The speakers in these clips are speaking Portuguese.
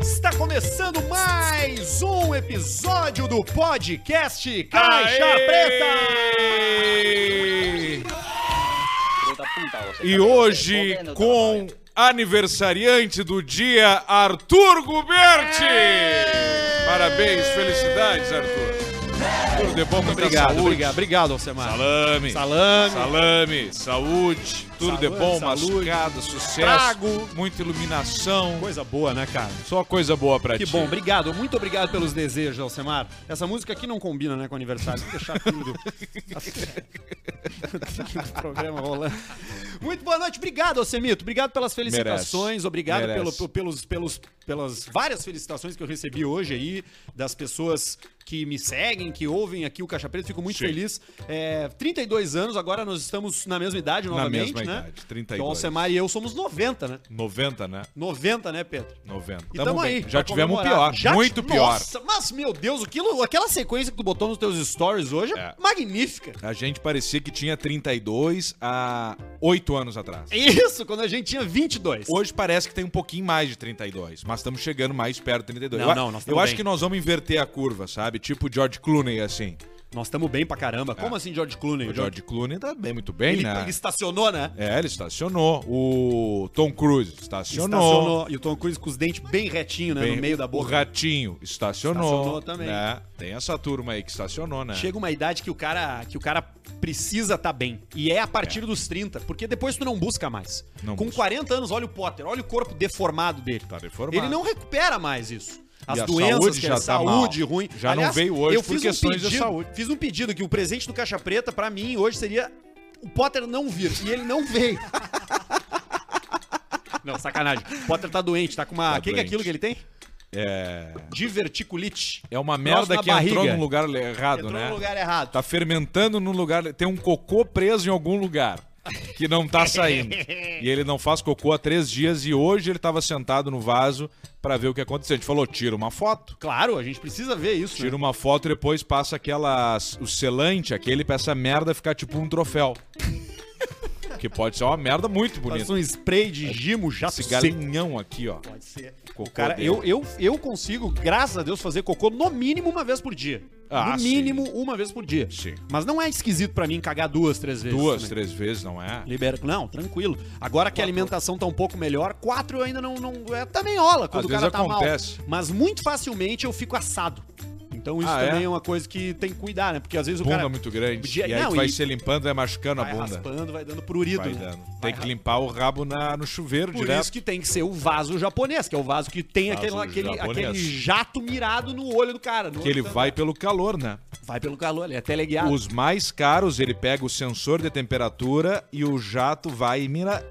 Está começando mais um episódio do podcast Caixa Aê! Preta. E hoje com aniversariante do dia, Arthur Guberti! Parabéns, felicidades, Arthur. Tudo de bom, muita Obrigado, saúde. obrigado, obrigado, Alcemar. Salame. Salame. Salame, saúde, tudo de Salame, bom, saúde. mascada, sucesso, Trago. muita iluminação, Coisa boa, né, cara? só coisa boa pra Que ti. bom, obrigado. Muito obrigado pelos desejos, Alcemar. Essa música aqui não combina, né, com aniversário. Vou deixar tudo. Assim o programa rolando. Muito boa noite. Obrigado, Alcemito. Obrigado pelas felicitações. Obrigado Merece. pelo- pelos, pelos, pelas várias felicitações que eu recebi hoje aí, das pessoas que me seguem, que ouvem aqui o Caixa Preta. Fico muito Sim. feliz. É, 32 anos, agora nós estamos na mesma idade Na novamente, mesma né? idade, 32. Então, Alcemar e eu somos 90, né? 90, né? 90, né, Pedro? 90. E tamo aí. Já pra tivemos comemorar. pior, Já muito ti- pior. Nossa, mas meu Deus, aquilo, aquela sequência que tu botou nos teus stories hoje é, É. magnífica. A gente parecia que tinha 32 há 8 anos atrás. É Isso, quando a gente tinha 22. Hoje parece que tem um pouquinho mais de 32, mas estamos chegando mais perto de 32. Não, eu, a- não, nós Eu tamo acho bem. que nós vamos inverter a curva, sabe? Tipo George Clooney, assim. Nós estamos bem pra caramba. Como assim George Clooney? É. O George Clooney tá bem, muito bem, ele, né? ele estacionou, né? É, ele estacionou. O Tom Cruise estacionou. E o Tom Cruise com os dentes bem retinho, né? Bem- no meio da O boca. Ratinho estacionou. Estacionou também. né? Tem essa turma aí que estacionou, né? Chega uma idade que o cara que o cara precisa tá bem. E é a partir dos 30, porque depois tu não busca mais. Não Com busca. 40 anos, olha o Potter, olha o corpo deformado dele. Tá deformado. Ele não recupera mais isso. As E a doenças, saúde que já a tá saúde mal. ruim. Já não veio hoje por fiz questões de pedido, saúde. Fiz um pedido que o presente do Caixa Preta, pra mim, hoje seria o Potter não vir. E ele não veio. Não, sacanagem. O Potter tá doente, tá com uma. O Tá que, que é doente. aquilo que ele tem? É, Diverticulite. é uma Troço merda na que entrou barriga. num lugar le- errado, Entrou né? no lugar errado. Tá fermentando num lugar. Tem um cocô preso em algum lugar que não tá saindo. e ele não faz cocô há três dias e hoje ele tava sentado no vaso pra ver o que aconteceu. A gente falou: tira uma foto. Claro, a gente precisa ver isso. né? Tira uma foto e depois passa aquela. o selante, aquele pra essa merda ficar tipo um troféu. que pode ser uma merda muito Passa bonita. um spray de gimo já Esse galinhão aqui, ó. Pode ser. É Cocô O cara, dele. eu, eu, eu consigo, graças a Deus, fazer cocô no mínimo uma vez por dia. Ah, no sim. mínimo uma vez por dia. Sim. Mas não é esquisito pra mim cagar duas, três vezes. Duas, também. três vezes, não é? Libera. Não, tranquilo. Agora que a alimentação tá um pouco melhor, quatro eu ainda não. não é, também rola quando Às o cara vezes tá acontece. mal. Mas muito facilmente eu fico assado. Então isso Ah, é? também é? uma coisa que tem que cuidar, né? Porque às vezes o Bunda cara. é muito grande. Dia- E aí não, tu vai e- se limpando, vai machucando vai a bunda. raspando, vai dando prurido. Vai né? dando. Vai Tem que limpar o rabo na, no chuveiro Por direto. isso que tem que ser o vaso japonês, que é o vaso que tem Vaso aquele, aquele, japonês. aquele jato mirado no olho do cara. no Que ele olho do- vai pelo calor, né? vai pelo calor, ele é teleguiado. Os mais caros, ele pega o sensor de temperatura e o jato vai e mira.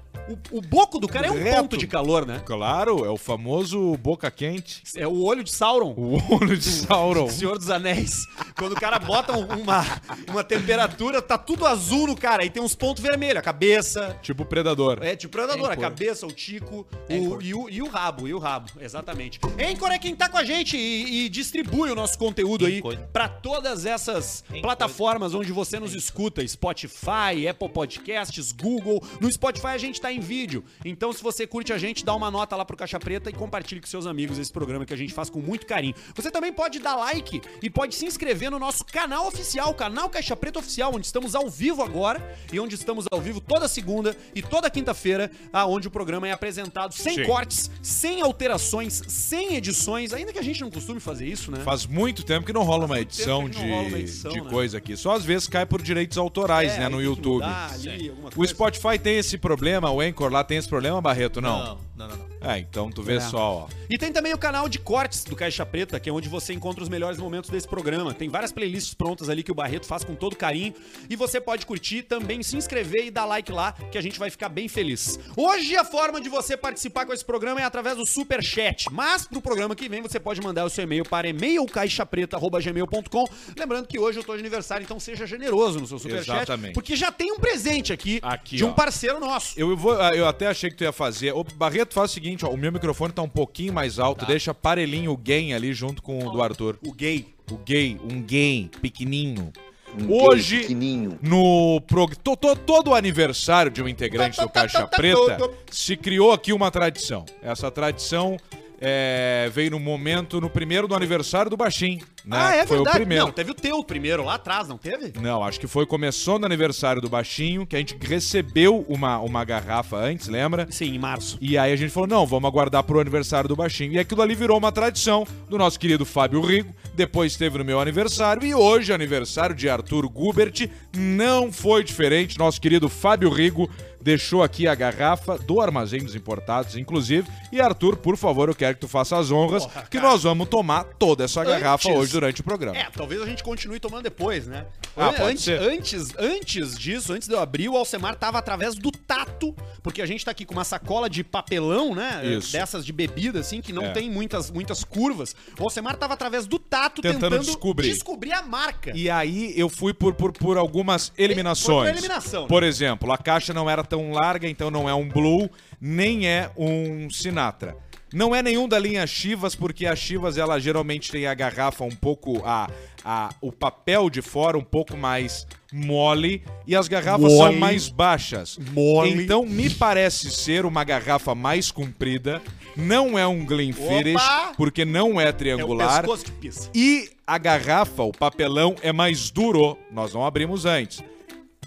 O, o boco do cara é um Reto. ponto de calor, né? Claro, é o famoso boca quente. É o olho de Sauron. O olho de Sauron. O Senhor dos Anéis. Quando o cara bota um- uma, uma temperatura, tá tudo azul no cara. E tem uns pontos vermelhos. A cabeça. Tipo o predador. É, tipo predador, a Anchor. cabeça, o tico o, Anchor. e, o, e o rabo, e o rabo, exatamente. Anchor é quem tá com a gente e, e distribui o nosso conteúdo aí Anchor. pra todas essas plataformas onde você nos escuta, Spotify, Apple Podcasts, Google. No Spotify a gente tá em vídeo. Então se você curte a gente, dá uma nota lá pro Caixa Preta e compartilhe com seus amigos esse programa que a gente faz com muito carinho. Você também pode dar like e pode se inscrever no nosso canal oficial, canal Caixa Preta Oficial, onde estamos ao vivo agora e onde estamos ao vivo toda segunda e toda quinta-feira, aonde o programa é apresentado sem Sim. cortes, sem alterações, sem edições, ainda que a gente não costume fazer isso, né? Faz muito tempo que não rola uma edição tempo que de, não rola uma edição, de né? coisa aqui. Só às vezes cai por direitos autorais, É, né, aí no tem que YouTube. mudar ali Sim. alguma O coisa. Spotify tem esse problema, o Anchor lá tem esse problema, Barreto? Não. não, não. não. É, então tu vê É. só, ó. E tem também o canal de cortes do Caixa Preta, que é onde você encontra os melhores momentos desse programa. Tem várias playlists prontas ali que o Barreto faz com todo carinho. E você pode curtir, também se inscrever e dar like lá, que a gente vai ficar bem feliz. Hoje a forma de você participar com esse programa é através do Super Chat. Mas pro programa que vem você pode mandar o seu e-mail para e-mailcaixapreta.gmail.com. Lembrando que hoje eu tô de aniversário, então seja generoso no seu Super Chat. Exatamente. Porque já tem um presente aqui, Aqui, de um ó. parceiro nosso. Eu, vou, ah, eu até achei que tu ia fazer. Ô, Barreto, faz o seguinte, ó, o meu microfone tá um pouquinho mais alto, deixa parelhinho o gain ali junto com o do Arthur. O gay. O gay, um gay, pequenininho. Um Hoje- gay pequenininho. No prog... to- to- todo o aniversário de um integrante do Caixa Preta se criou aqui uma tradição. Essa tradição é, veio no momento, no primeiro do aniversário do Baixinho, né? Ah, é Foi verdade. o primeiro. Não, teve o teu primeiro lá atrás, não teve? Não, acho que foi começou no aniversário do Baixinho, que a gente recebeu uma, uma garrafa antes, lembra? Sim, em março. E aí a gente falou, não, vamos aguardar pro aniversário do Baixinho. E aquilo ali virou uma tradição do nosso querido Fábio Rigo, depois teve no meu aniversário e hoje, é aniversário de Arthur Gubert, não foi diferente. Nosso querido Fábio Rigo deixou aqui a garrafa do Armazém dos Importados, inclusive. E Arthur, por favor, eu quero que tu faça as honras, Porra, que cara. nós vamos tomar toda essa garrafa Antes. hoje durante o programa. É, talvez a gente continue tomando depois, né? Ah, An- pode antes, ser. antes, antes disso, antes de eu abrir, o Alcemar tava através do tato, porque a gente tá aqui com uma sacola de papelão, né? Isso. Dessas de bebida, assim, que não É. tem muitas, muitas curvas. O Alcemar tava através do tato Tentando tentando, descobrir. a marca. E aí eu fui por, por, por algumas eliminações. Foi por eliminação, né? Por exemplo, a caixa não era tão larga, então não é um Blue, nem é um Sinatra. Não é nenhum da linha Chivas, porque a Chivas ela geralmente tem a garrafa um pouco a, a o papel de fora um pouco mais mole e as garrafas são Mole. mais baixas. Mole. Então me parece ser uma garrafa mais comprida. Não é um Glenfiddich, Opa! porque não é é o triangular. pescoço que pisa. E a garrafa, o papelão, é mais duro. Nós não abrimos antes.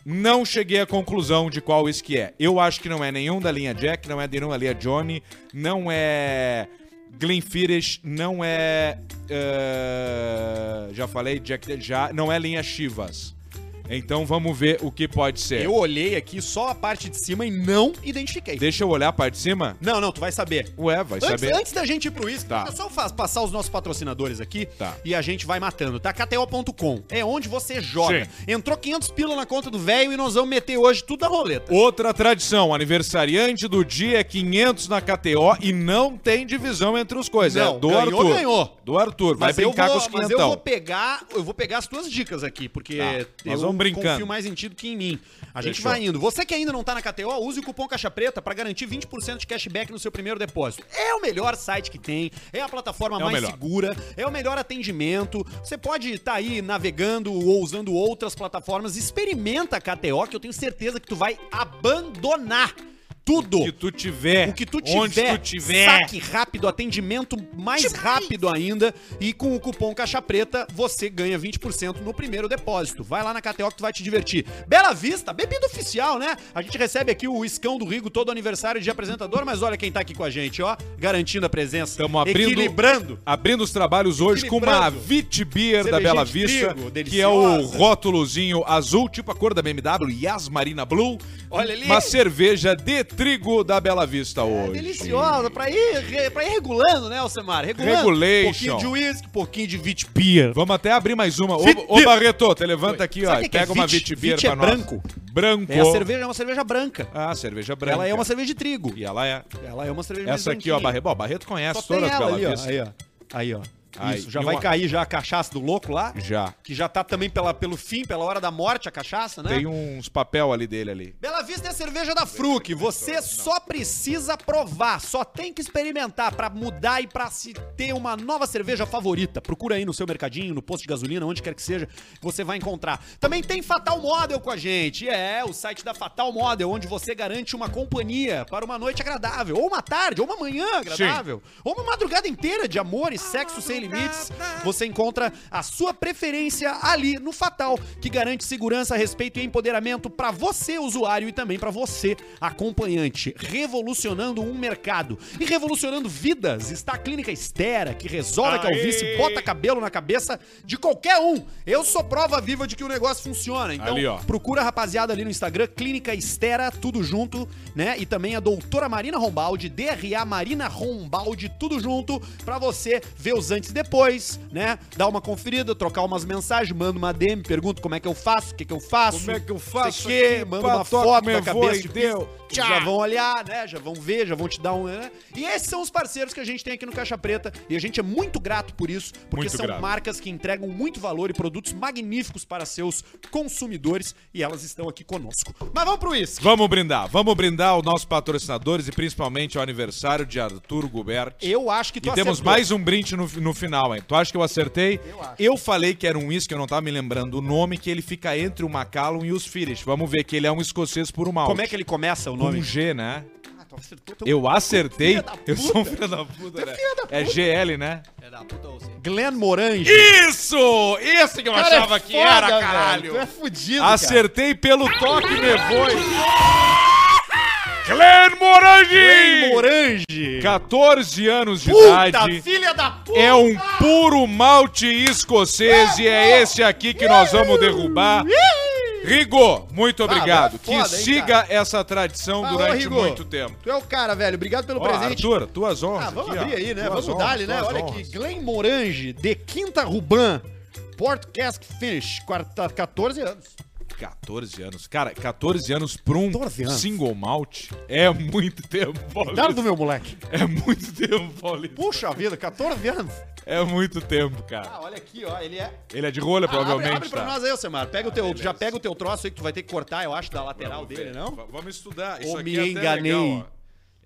Não cheguei à conclusão de qual isso que é. Eu acho que não é nenhum da linha Jack, não é nenhum da linha Johnny, não é Glenfiddich, não é... eh, já falei, Jack... Já, não é linha Chivas. Então vamos ver o que pode ser. Eu olhei aqui só a parte de cima e não identifiquei. Deixa eu olhar a parte É. de cima? Não, não, tu vai saber. Ué, vai Antes, saber. antes da gente ir pro uísque, Tá. deixa eu só faz, passar os nossos patrocinadores aqui Tá. e a gente vai matando, tá? KTO.com é onde você joga. Sim. Entrou 500 pila na conta do velho e nós vamos meter hoje tudo na roleta. Outra tradição, aniversariante do dia é 500 na KTO e não tem divisão entre os coisas. Não, é do ganhou, Arthur. ganhou. Do Arthur, vai Mas eu brincar vou- com os Mas eu vou quinhentão. pegar, eu vou pegar as tuas dicas aqui, porque Tá, nós eu vamos brincando. confio mais em ti do que em mim. A gente Fechou. vai indo. Você que ainda não tá na KTO, use o cupom Caixa Preta pra garantir 20% de cashback no seu primeiro depósito. É o melhor site que tem, é a plataforma É o mais melhor. segura. segura, é o melhor atendimento. Você pode estar aí navegando ou usando outras plataformas. Experimenta a KTO, que eu tenho certeza que tu vai abandonar tudo. O que tu tiver. O que tu Onde tiver, tu tiver. saque rápido, atendimento mais rápido ainda. E com o cupom Caixa Preta, você ganha 20% no primeiro depósito. Vai lá na KTO que tu vai te divertir. Bela Vista, bebida oficial, né? A gente recebe aqui o Escão do Rigo todo aniversário de apresentador, mas olha quem tá aqui com a gente, ó, garantindo a presença, Tamo abrindo- equilibrando. Abrindo os trabalhos hoje com uma Equilibrando. Vit Beer da Cervejinha Bela de Vista, trigo, que é o deliciosa. rótulozinho azul, tipo a cor da BMW, Yasmarina Blue. Olha ali. É Uma cerveja de trigo da Bela Vista hoje. Deliciosa, pra ir, pra ir regulando, né, Alcemar? Regulando. Regulation. Pouquinho de uísque, pouquinho de Vitbeer. Vamos até abrir mais uma. Ô, Vit ô Beer. Barreto, te levanta aqui, ó. Sabe o e que que é pega uma Vit? Vit Beer Vit é pra nós. branco. Branco. É, a cerveja é uma cerveja branca. Ah, cerveja branca. Ela é uma cerveja de trigo. E ela é. Ela é uma cerveja mais Essa aqui, ó, branquinha. Barreto. Bom, Barreto conhece Só tem todas ela pela ali, ó. vista. Aí, ó. Aí, ó. Aí, Isso, já e vai uma- cair já a cachaça do louco lá. Já. Que já tá também pela, pelo fim, pela hora da morte, a cachaça, né? Tem um- uns papel ali dele ali. Bela Vista é a cerveja da Fruc. Você só precisa provar, só tem que experimentar pra mudar e pra se ter uma nova cerveja favorita. Procura aí no seu mercadinho, no posto de gasolina, onde quer que seja, você vai encontrar. Também tem Fatal Model com a gente. É, o site da Fatal Model, onde você garante uma companhia para uma noite agradável, ou uma tarde, ou uma manhã agradável, ou uma madrugada inteira de amor e sexo sem limites. Você encontra a sua preferência ali no Fatal, que garante segurança, respeito e empoderamento para você, usuário, e também para você, acompanhante. Revolucionando um mercado e revolucionando vidas está a Clínica Estera, que resolve a calvície, Aê! bota cabelo na cabeça de qualquer um. Eu sou prova viva de que o negócio funciona. Então, Ali, ó. procura a rapaziada ali no Instagram, Clínica Estera, tudo junto, né? E também a doutora Marina Rombaldi, DRA Marina Rombaldi, tudo junto, pra você ver os antes e depois, né? Dar uma conferida, trocar umas mensagens, manda uma DM, pergunta como é que eu faço, o que que eu faço. Como é que eu sei faço quê, aqui, manda pá, uma toca foto meu da voo cabeça e de deu. piso, Já vão olhar, né? Já vão ver, já vão te dar um... né? E esses são os parceiros que a gente tem aqui no Caixa Preta e a gente é muito grato por isso, porque Muito são grato. marcas que entregam muito valor e produtos magníficos para seus consumidores e elas estão aqui conosco. Mas vamos pro uísque. Vamos brindar, vamos brindar os nossos patrocinadores e principalmente o aniversário de Arthur Gubert. Eu acho que tu E temos acertou. mais um brinde no, no final, hein? Tu acha que eu acertei? Eu, falei que era um uísque, eu não tava me lembrando o nome, que ele fica entre o Macallan e os Firish. Vamos ver que ele é um escocês por uma Como é que ele começa o Com nome? um G, né? tu acertou teu Eu acertei. da Eu sou um puta. filho da puta, né? filho da É GL, né? É da puta ou seja. Glenn Morange. Isso! Isso que eu Cara, é achava que foda, era, velho. caralho! Tu é fudido, cara. Acertei pelo toque, me foi! Clen Morangi! Glenn Morange. 14 anos de idade. Puta filha da puta. É um puro malte escocês e é esse aqui que nós vamos derrubar. Rigo, muito obrigado. mas é foda, que hein, siga essa tradição Falou, durante Rigo. muito tempo. Tu é o cara, velho. Obrigado pelo Ó, presente. Arthur, tuas honras. Ah, vamos aqui, ó. abrir aí, né? Tuas Vamos dar-lhe, né? honras, tuas Olha aqui, honras. Glenn Morange, de Quinta Ruban, Port Cask Finish, quarta, 14 anos. 14 anos. Cara, 14 anos pra um 14 anos. single malt é muito tempo, Cuidado Paulista. do meu moleque. É muito tempo, Paulista. Puxa vida, 14 anos. É muito tempo, cara. Ah, olha aqui, ó, ele é... Ele é de rolha, Ah, abre, provavelmente. abre pra tá? nós aí, ô, Semar. Pega o teu, já pega o teu troço aí que tu vai ter que cortar, eu acho, da lateral dele, ver. não? Va- Vamos estudar. Ou Isso aqui me é enganei. até legal,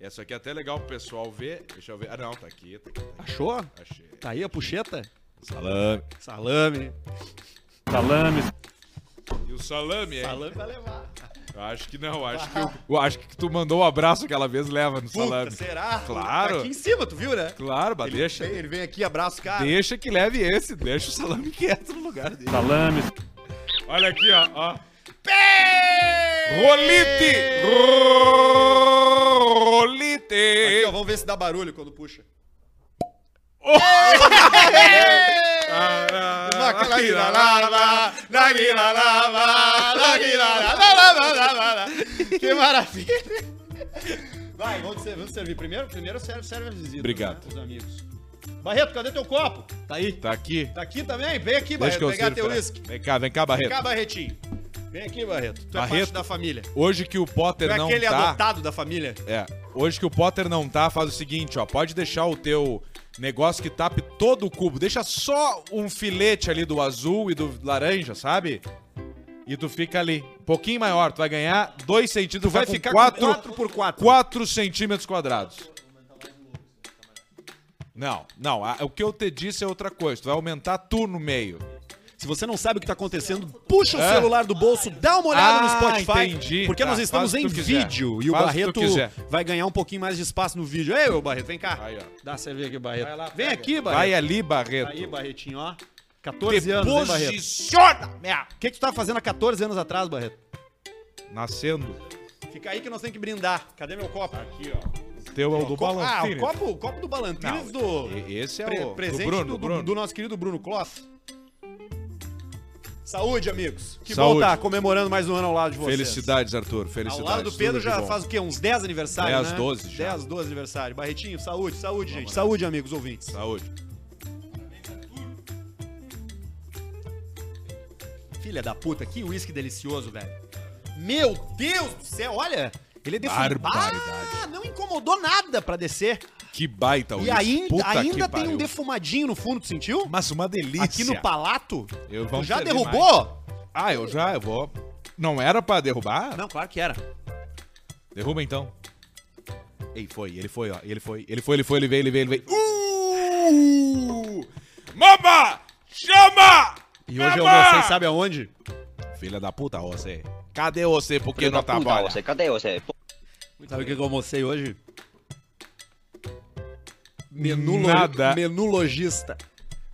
ó. Essa aqui é até legal pro pessoal ver. Deixa eu ver. Ah, não, tá aqui, tá aqui. Tá aqui. Achou? Achei. Tá aí a puxeta? Salame. Salame. E o salame, hein? Salame vai levar. Eu acho que não, acho que... Eu, eu acho que tu mandou um abraço aquela vez, leva no Puta, salame. será? Claro. Tá aqui em cima, tu viu, né? Claro, mas deixa... Ele vem aqui, abraço, cara. Deixa que leve esse, deixa o salame quieto no lugar dele. Salame. Olha aqui, ó. ó. Rolite! Aqui, ó, Rolite! vamos ver se dá barulho quando puxa. Que maravilha! Vai, vamos servir, vamos servir. Primeiro, primeiro serve, serve as visitas. Obrigado. né, Os amigos. Barreto, cadê teu copo? Tá aí. Tá aqui. Tá aqui também? Vem aqui, Deixa Barreto, que eu pegar sirvo, teu peraí. uísque. Vem cá, vem cá, Vem cá, Barreto. Barretinho. Vem aqui, Barreto. Tu é parte Barreto. da família. Tu Hoje que o Potter é não aquele tá... adotado da família. É, hoje que o Potter não tá, faz o seguinte, ó. Pode deixar o teu negócio que tape todo o cubo. Deixa só um filete ali do azul e do laranja, sabe? E tu fica ali. Um pouquinho maior, tu vai ganhar dois centímetros. Tu vai ficar Tá quatro, quatro por quatro. 4 centímetros quadrados. Não, não. a- o que eu te disse é outra coisa. Tu vai aumentar tu no meio. Se você não sabe o que tá acontecendo, puxa o É. celular do bolso, dá uma olhada no Ah, Spotify. entendi. Porque Tá, nós estamos faz em o que tu quiser. vídeo e o Faz o que Barreto tu quiser. vai ganhar um pouquinho mais de espaço no vídeo. Ei, ô Barreto, vem cá. Aí, ó. Dá a cerveja aqui, Barreto. Vai lá, vem pega. aqui, Vai Barreto. Tá ali, Barreto. Aí, Barretinho, ó. Te 14 anos, hein, Barreto? posiciona, minha- O que, que tu tá fazendo há 14 anos atrás, Barreto? Nascendo. Fica aí que nós temos que brindar. Cadê meu copo? Aqui, ó. O teu é o do balão. ah, o copo, o copo do Balantines do... E- Esse é Pre- o presente do Bruno. do, do- Bruno. do nosso querido Bruno Kloff. Saúde, amigos. Que bom Saúde. estar comemorando mais um ano ao lado de vocês. Felicidades, Arthur. Ao Felicidades. lado do Pedro Tudo de já bom. faz o quê? Uns 10 aniversários, 10, né? 12 já. 10, 12 aniversário. Barretinho, saúde, saúde, gente. Saúde, amigos ouvintes. Saúde. Filha da puta, que uísque delicioso, velho. Meu Deus do céu, olha. Ele é defumado. Barbaridade. Ah, não incomodou nada pra descer. Que baita E uísque. ainda, Puta que ainda tem pariu. um defumadinho no fundo, tu sentiu? Mas uma delícia. Aqui no palato. Eu- Tu vamos já servir derrubou? mais. Ah, eu já, eu vou. Não era pra derrubar? Não, claro que era. Derruba então. Ei, foi, ele foi, ó. Ele foi, ele foi, ele foi, ele veio, ele veio, ele veio. Uh! Mama! Chama! E hoje é eu Mama! almocei, sabe aonde? Filha da puta, você. Cadê você? Por que não tá puta, bola? você, cadê eh? você? Pô, Sabe o que eu almocei hoje? Menu, lo- Nada. menu lojista.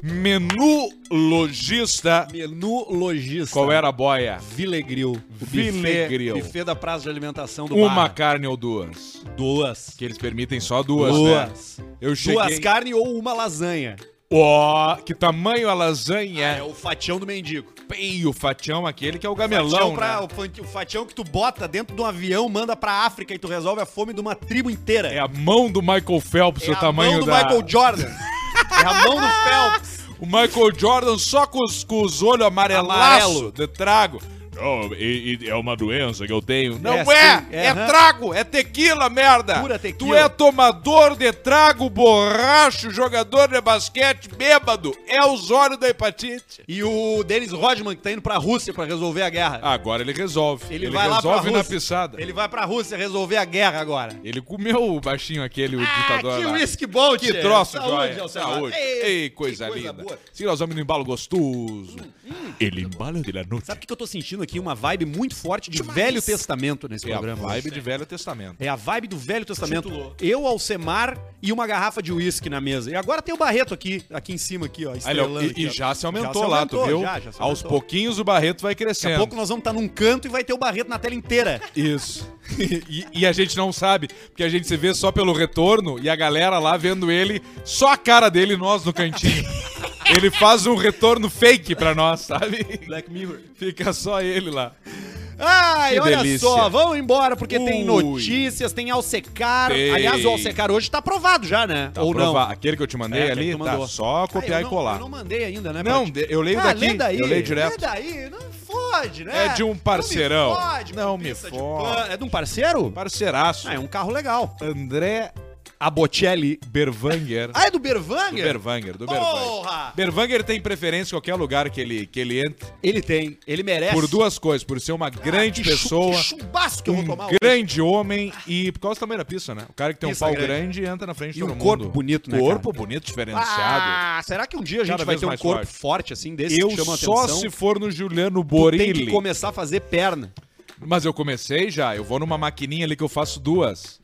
Menu lojista. Menu lojista. Qual era a boia? Vilegril. O Vilegril. Buffet, buffet da praça de alimentação do Uma bar. carne ou duas? Duas. Que eles permitem só duas, Duas. né? Eu Duas cheguei... carnes ou uma lasanha. Ó, que tamanho a lasanha. É o fatião do mendigo. Peio fatião aquele que é o Fatião gamelão, pra- né? o fan- o fatião que tu bota dentro de um avião, manda pra África e tu resolve a fome de uma tribo inteira. É a mão do Michael Phelps, É o tamanho mão do da... Michael Jordan. é a mão do Phelps. O Michael Jordan só com os, com os olhos Amarelo. amarelaço de trago. Não, e- e é uma doença que eu tenho. Não É, é! sim, é, É, aham. trago! É tequila, merda! Pura tequila. Tu é tomador de trago, borracho, jogador de basquete, bêbado! É os olhos da hepatite! E o Dennis Rodman, que tá indo pra Rússia pra resolver a guerra. Agora Ah, ele resolve. ele, vai lá pra resolve Rússia. na pisada. Ele... Ele vai pra Rússia resolver a guerra agora. comeu o baixinho aquele, o ditador Ah, que lá. uísque bom, Que tchê. troço, Saúde, joia. Alcemar. Saúde. Ei, Ei, que coisa, coisa linda. boa. Hum, Se nós vamos no embalo gostoso. El embalo de la noche. Sabe o que que eu tô sentindo aqui? Uma vibe muito forte de Velho Testamento nesse É a programa. vibe de Velho Testamento. É a vibe do Velho Testamento. Titulou. Eu, Alcemar e uma garrafa de uísque na mesa. E agora tem o Barreto aqui, aqui em cima, aqui, ó. Ah, Léo, Estrelando e- aqui, e, ó. já se aumentou lá, tu viu? já, já se Aos aumentou. pouquinhos o Barreto vai Daqui a crescendo. pouco nós vamos estar num canto e vai ter o Barreto na tela inteira. Isso. e, e a gente não sabe, porque a gente se vê só pelo retorno e a galera lá vendo ele, só a cara dele e nós no cantinho. ele faz um retorno fake pra nós, sabe? Black Mirror. Fica só ele lá. Ai, Que olha delícia. só, vamos embora, porque tem Ui. notícias, tem Alcecar. Tem. Aliás, o Alcecar hoje tá aprovado já, né? Tá, Ou provar. não? Aquele que eu te mandei É, aquele ali, que tu tá mandou. só copiar Ah, eu e não- colar. Eu não mandei ainda, né? Não, Paty? de- eu leio daqui, lê daí, eu leio direto. Lê daí, não fode, né? É de um Não me parceirão. fode, Não meu me pista de fode. pano. É de um parceiro? Parceiraço. Ah, é um carro legal. André Abocelli Berwanger. Ah, é do Berwanger? Do Berwanger, do Berwanger. Porra! Berwanger tem preferência em qualquer lugar que ele, que ele entre. Ele tem, ele merece. Por duas coisas, por ser uma grande É Ah, que chu- pessoa, Que chubasco que eu vou um tomar grande homem e por causa do tamanho da pista, né? O cara que tem Pista um pau grande. grande. e entra na frente de E um todo mundo. corpo bonito, né, Corpo bonito, diferenciado. Ah, será que um dia a gente Cada vai vez ter um mais corpo forte. forte assim, desse eu que chama só atenção? se for no Juliano Tem Borilli. que começar a fazer perna. Mas eu comecei já, eu vou numa maquininha ali que eu faço duas.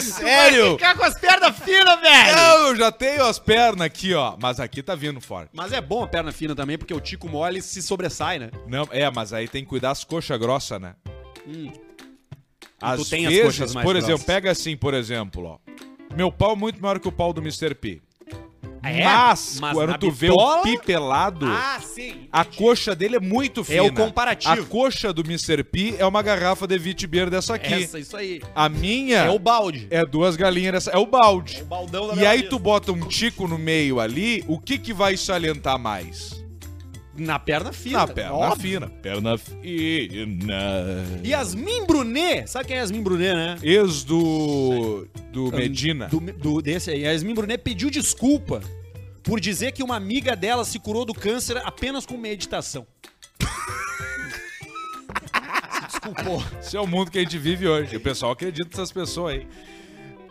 Sério? Ficar com as pernas finas, velho! Não, eu já tenho as pernas aqui, ó. Mas aqui tá vindo forte. Mas é bom a perna fina também, porque o tico mole se sobressai, né? Não, é, mas aí tem que cuidar as coxas grossas, né? Às Hum. tu tem as vezes, coxas mais por grossas. exemplo, pega assim, por exemplo, ó. Meu pau é muito maior que o pau do Mr. P. É? Mas, Mas na quando tu vê bitola- o Pi pelado, Ah, sim. a coxa dele é muito fina. o comparativo. A coxa do Mr. P é uma garrafa de Vitbeer dessa aqui. Essa, isso aí. A minha É é, o balde. duas galinhas dessa. É o balde. O baldão da e minha aí vida. tu bota um tico no meio ali, o que que vai salientar mais? Na perna fina. Na perna óbvio. fina. Perna fina. Yasmin Brunet, sabe quem é Yasmin Brunet, né? Ex do. do Medina. Do, do- desse aí. Yasmin Brunet pediu desculpa por dizer que uma amiga dela se curou do câncer apenas com meditação. se desculpou. Esse é o mundo que a gente vive hoje. E o pessoal acredita nessas pessoas aí.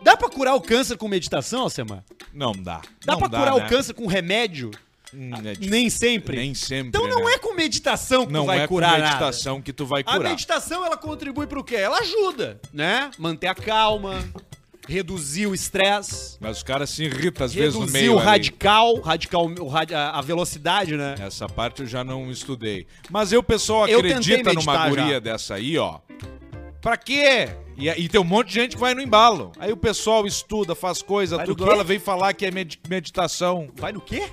Dá pra curar o câncer com meditação, Alcemar? Não dá. Dá não pra curar né? o câncer com remédio? Hum, é difícil. Nem sempre. Nem sempre. Então não né? é com meditação que Não tu vai é curar com nada. meditação que tu vai A curar. meditação ela contribui pro quê? Ela ajuda, né? Manter a calma, reduzir o estresse, Mas os caras se irritam às vezes no reduzir meio. o ali. radical, radical, o radi- a a velocidade, né? Essa parte eu já não estudei. Mas eu, pessoal, Eu acredita tentei numa meditar guria já. dessa aí, ó. Pra quê? E, e tem um monte de gente que vai no embalo. Aí o pessoal estuda, faz coisa, Vai no tudo. quê? Ela vem falar que é med- meditação. Vai no quê?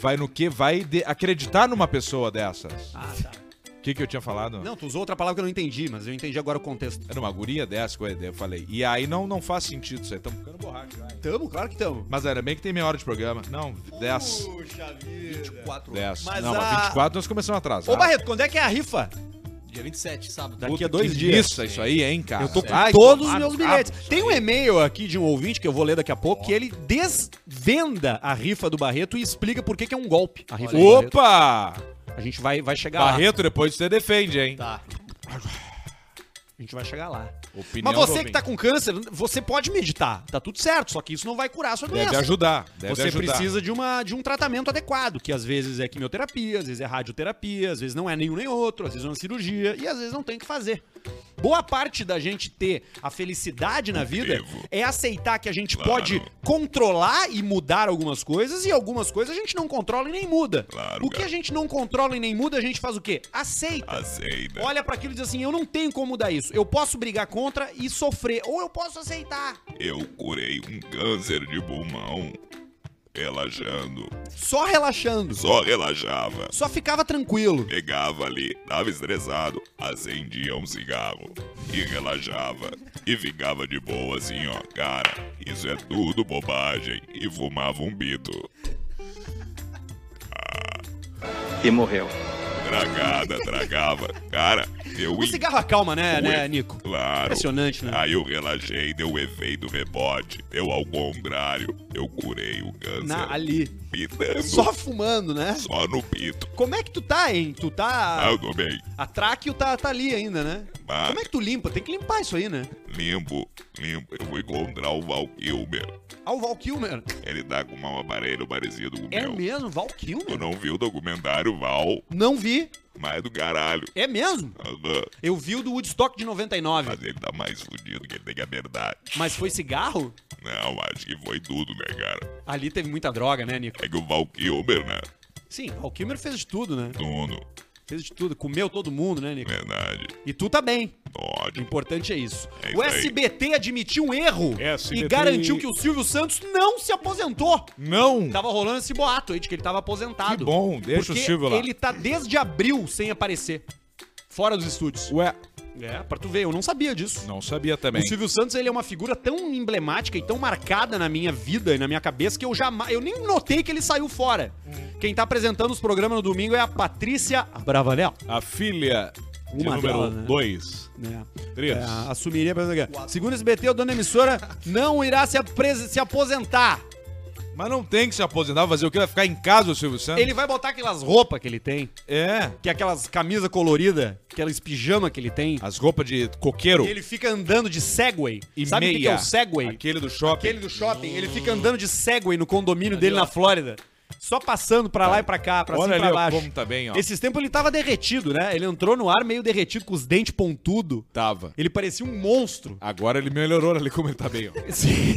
Vai no quê? Vai de- acreditar numa pessoa dessas. Ah, tá. O que, que eu tinha falado? Não, tu usou outra palavra que eu não entendi, mas eu entendi agora o contexto. Era uma guria dessa, coisa, daí eu falei. E aí não, não faz sentido isso aí. Tamo ficando borracha. já, hein? Tamo, claro que tamo. Mas era bem que tem meia hora de programa. Não, 10. Puxa vida. 24 10. Mas Não, a... mas 24 nós começamos atrás. Ô Barreto, quando é que é a rifa? Dia 27, sábado. Daqui a dois dias. Isso, isso aí, hein, cara? Eu tô com Vai todos os tomar meus no bilhetes. rabo, isso Tem um aí. e-mail aqui de um ouvinte que eu vou ler daqui a pouco que ele desvenda a rifa do Barreto e explica por que, que é um golpe. A rifa do Barreto. Opa! A gente vai, vai chegar lá. Barreto, depois você defende, hein? Tá. A gente vai chegar lá. Opinião Mas do você que ouvinte. tá com câncer, você pode meditar. Tá tudo certo, só que isso não vai curar a sua doença. Deve ajudar. Deve Você ajudar. precisa de, uma, de um tratamento adequado, que às vezes é quimioterapia, às vezes é radioterapia, às vezes não é nenhum nem outro, às vezes é uma cirurgia e às vezes não tem o que fazer. Boa parte da gente ter a felicidade Um na vida é aceitar que a gente pode controlar e mudar algumas coisas e algumas coisas a gente não controla e nem muda. o que a gente não controla e nem muda, a gente faz o quê? Aceita. Olha pra aquilo e diz assim: eu não tenho como mudar isso. Eu posso brigar contra e sofrer, ou eu posso aceitar. Eu curei um câncer de pulmão. Relaxando. Só relaxando. Só relaxava. Só ficava tranquilo. Pegava ali, tava estressado, acendia um cigarro e relaxava. E ficava de boa assim, ó. Cara, isso é tudo bobagem. E fumava um bito. e morreu. Tragada, tragava. Cara, deu O cigarro acalma, né, Ué, né, Nico? Claro. Impressionante, né? Aí eu relaxei, deu o efeito rebote. Eu, ao contrário, eu curei o câncer. Na- ali. Pitando. Só fumando, né? Só no pito. Como é que tu tá, hein? Tu Ah, tá. eu tô bem. A tráqueo tá, tá ali ainda, né? Ah. Como é que tu limpa? Tem que limpar isso aí, né? Limbo, limbo, eu vou encontrar o Val Kilmer. Ah, o Val Kilmer. Ele tá com um aparelho parecido com o É meu. mesmo? Val Tu Kilmer? não viu o documentário Val? Não vi. Mas do caralho. É mesmo? Aham. Eu vi o do Woodstock de 99. Mas ele tá mais fudido que ele tem que a verdade. Mas foi cigarro? Não, acho que foi tudo, né, cara? Ali teve muita droga, né, Nico? É que o Val Kilmer, né? Sim, Val Kilmer fez de tudo, né? Tudo. Fez de tudo. Comeu todo mundo, né, Nico? Verdade. E tu tá bem. O Ótimo. importante é isso. É o isso aí. SBT admitiu um erro SBT. e garantiu que o Silvio Santos não se aposentou. Não! Tava rolando esse boato aí de que ele tava aposentado. Que bom, deixa Porque o Silvio lá. Ele tá desde abril sem aparecer. Fora dos estúdios. Ué, É, pra tu ver, eu não sabia disso. não sabia também. O Silvio Santos ele é uma figura tão emblemática e tão marcada na minha vida e na minha cabeça que eu jamais. Eu nem notei que ele saiu fora. Hum. Quem tá apresentando os programas no domingo é a Patrícia Bravanel. A filha de Uma delas, né? número 2. Né? Três. É, assumiria. Segundo o SBT, o dono da emissora não irá se, apres- se aposentar. Mas não tem que se aposentar, fazer o quê? Vai ficar em casa o Silvio Santos? Ele vai botar aquelas roupas que ele tem, É. que é aquelas camisas coloridas, aquelas pijama que ele tem. As roupas de coqueiro E ele fica andando de Segway. e Sabe o meia. que que é o Segway? Aquele do shopping. Aquele do shopping, ele fica andando de Segway no condomínio dele na Flórida. Só passando pra lá e pra cá, pra Olha cima e pra ali, ó, baixo. como tá bem, ó. Esses tempos ele tava derretido, né? Ele entrou no ar meio derretido, com os dentes pontudo. Tava. Ele parecia um monstro. Agora ele melhorou ali como ele tá bem, ó. Sim.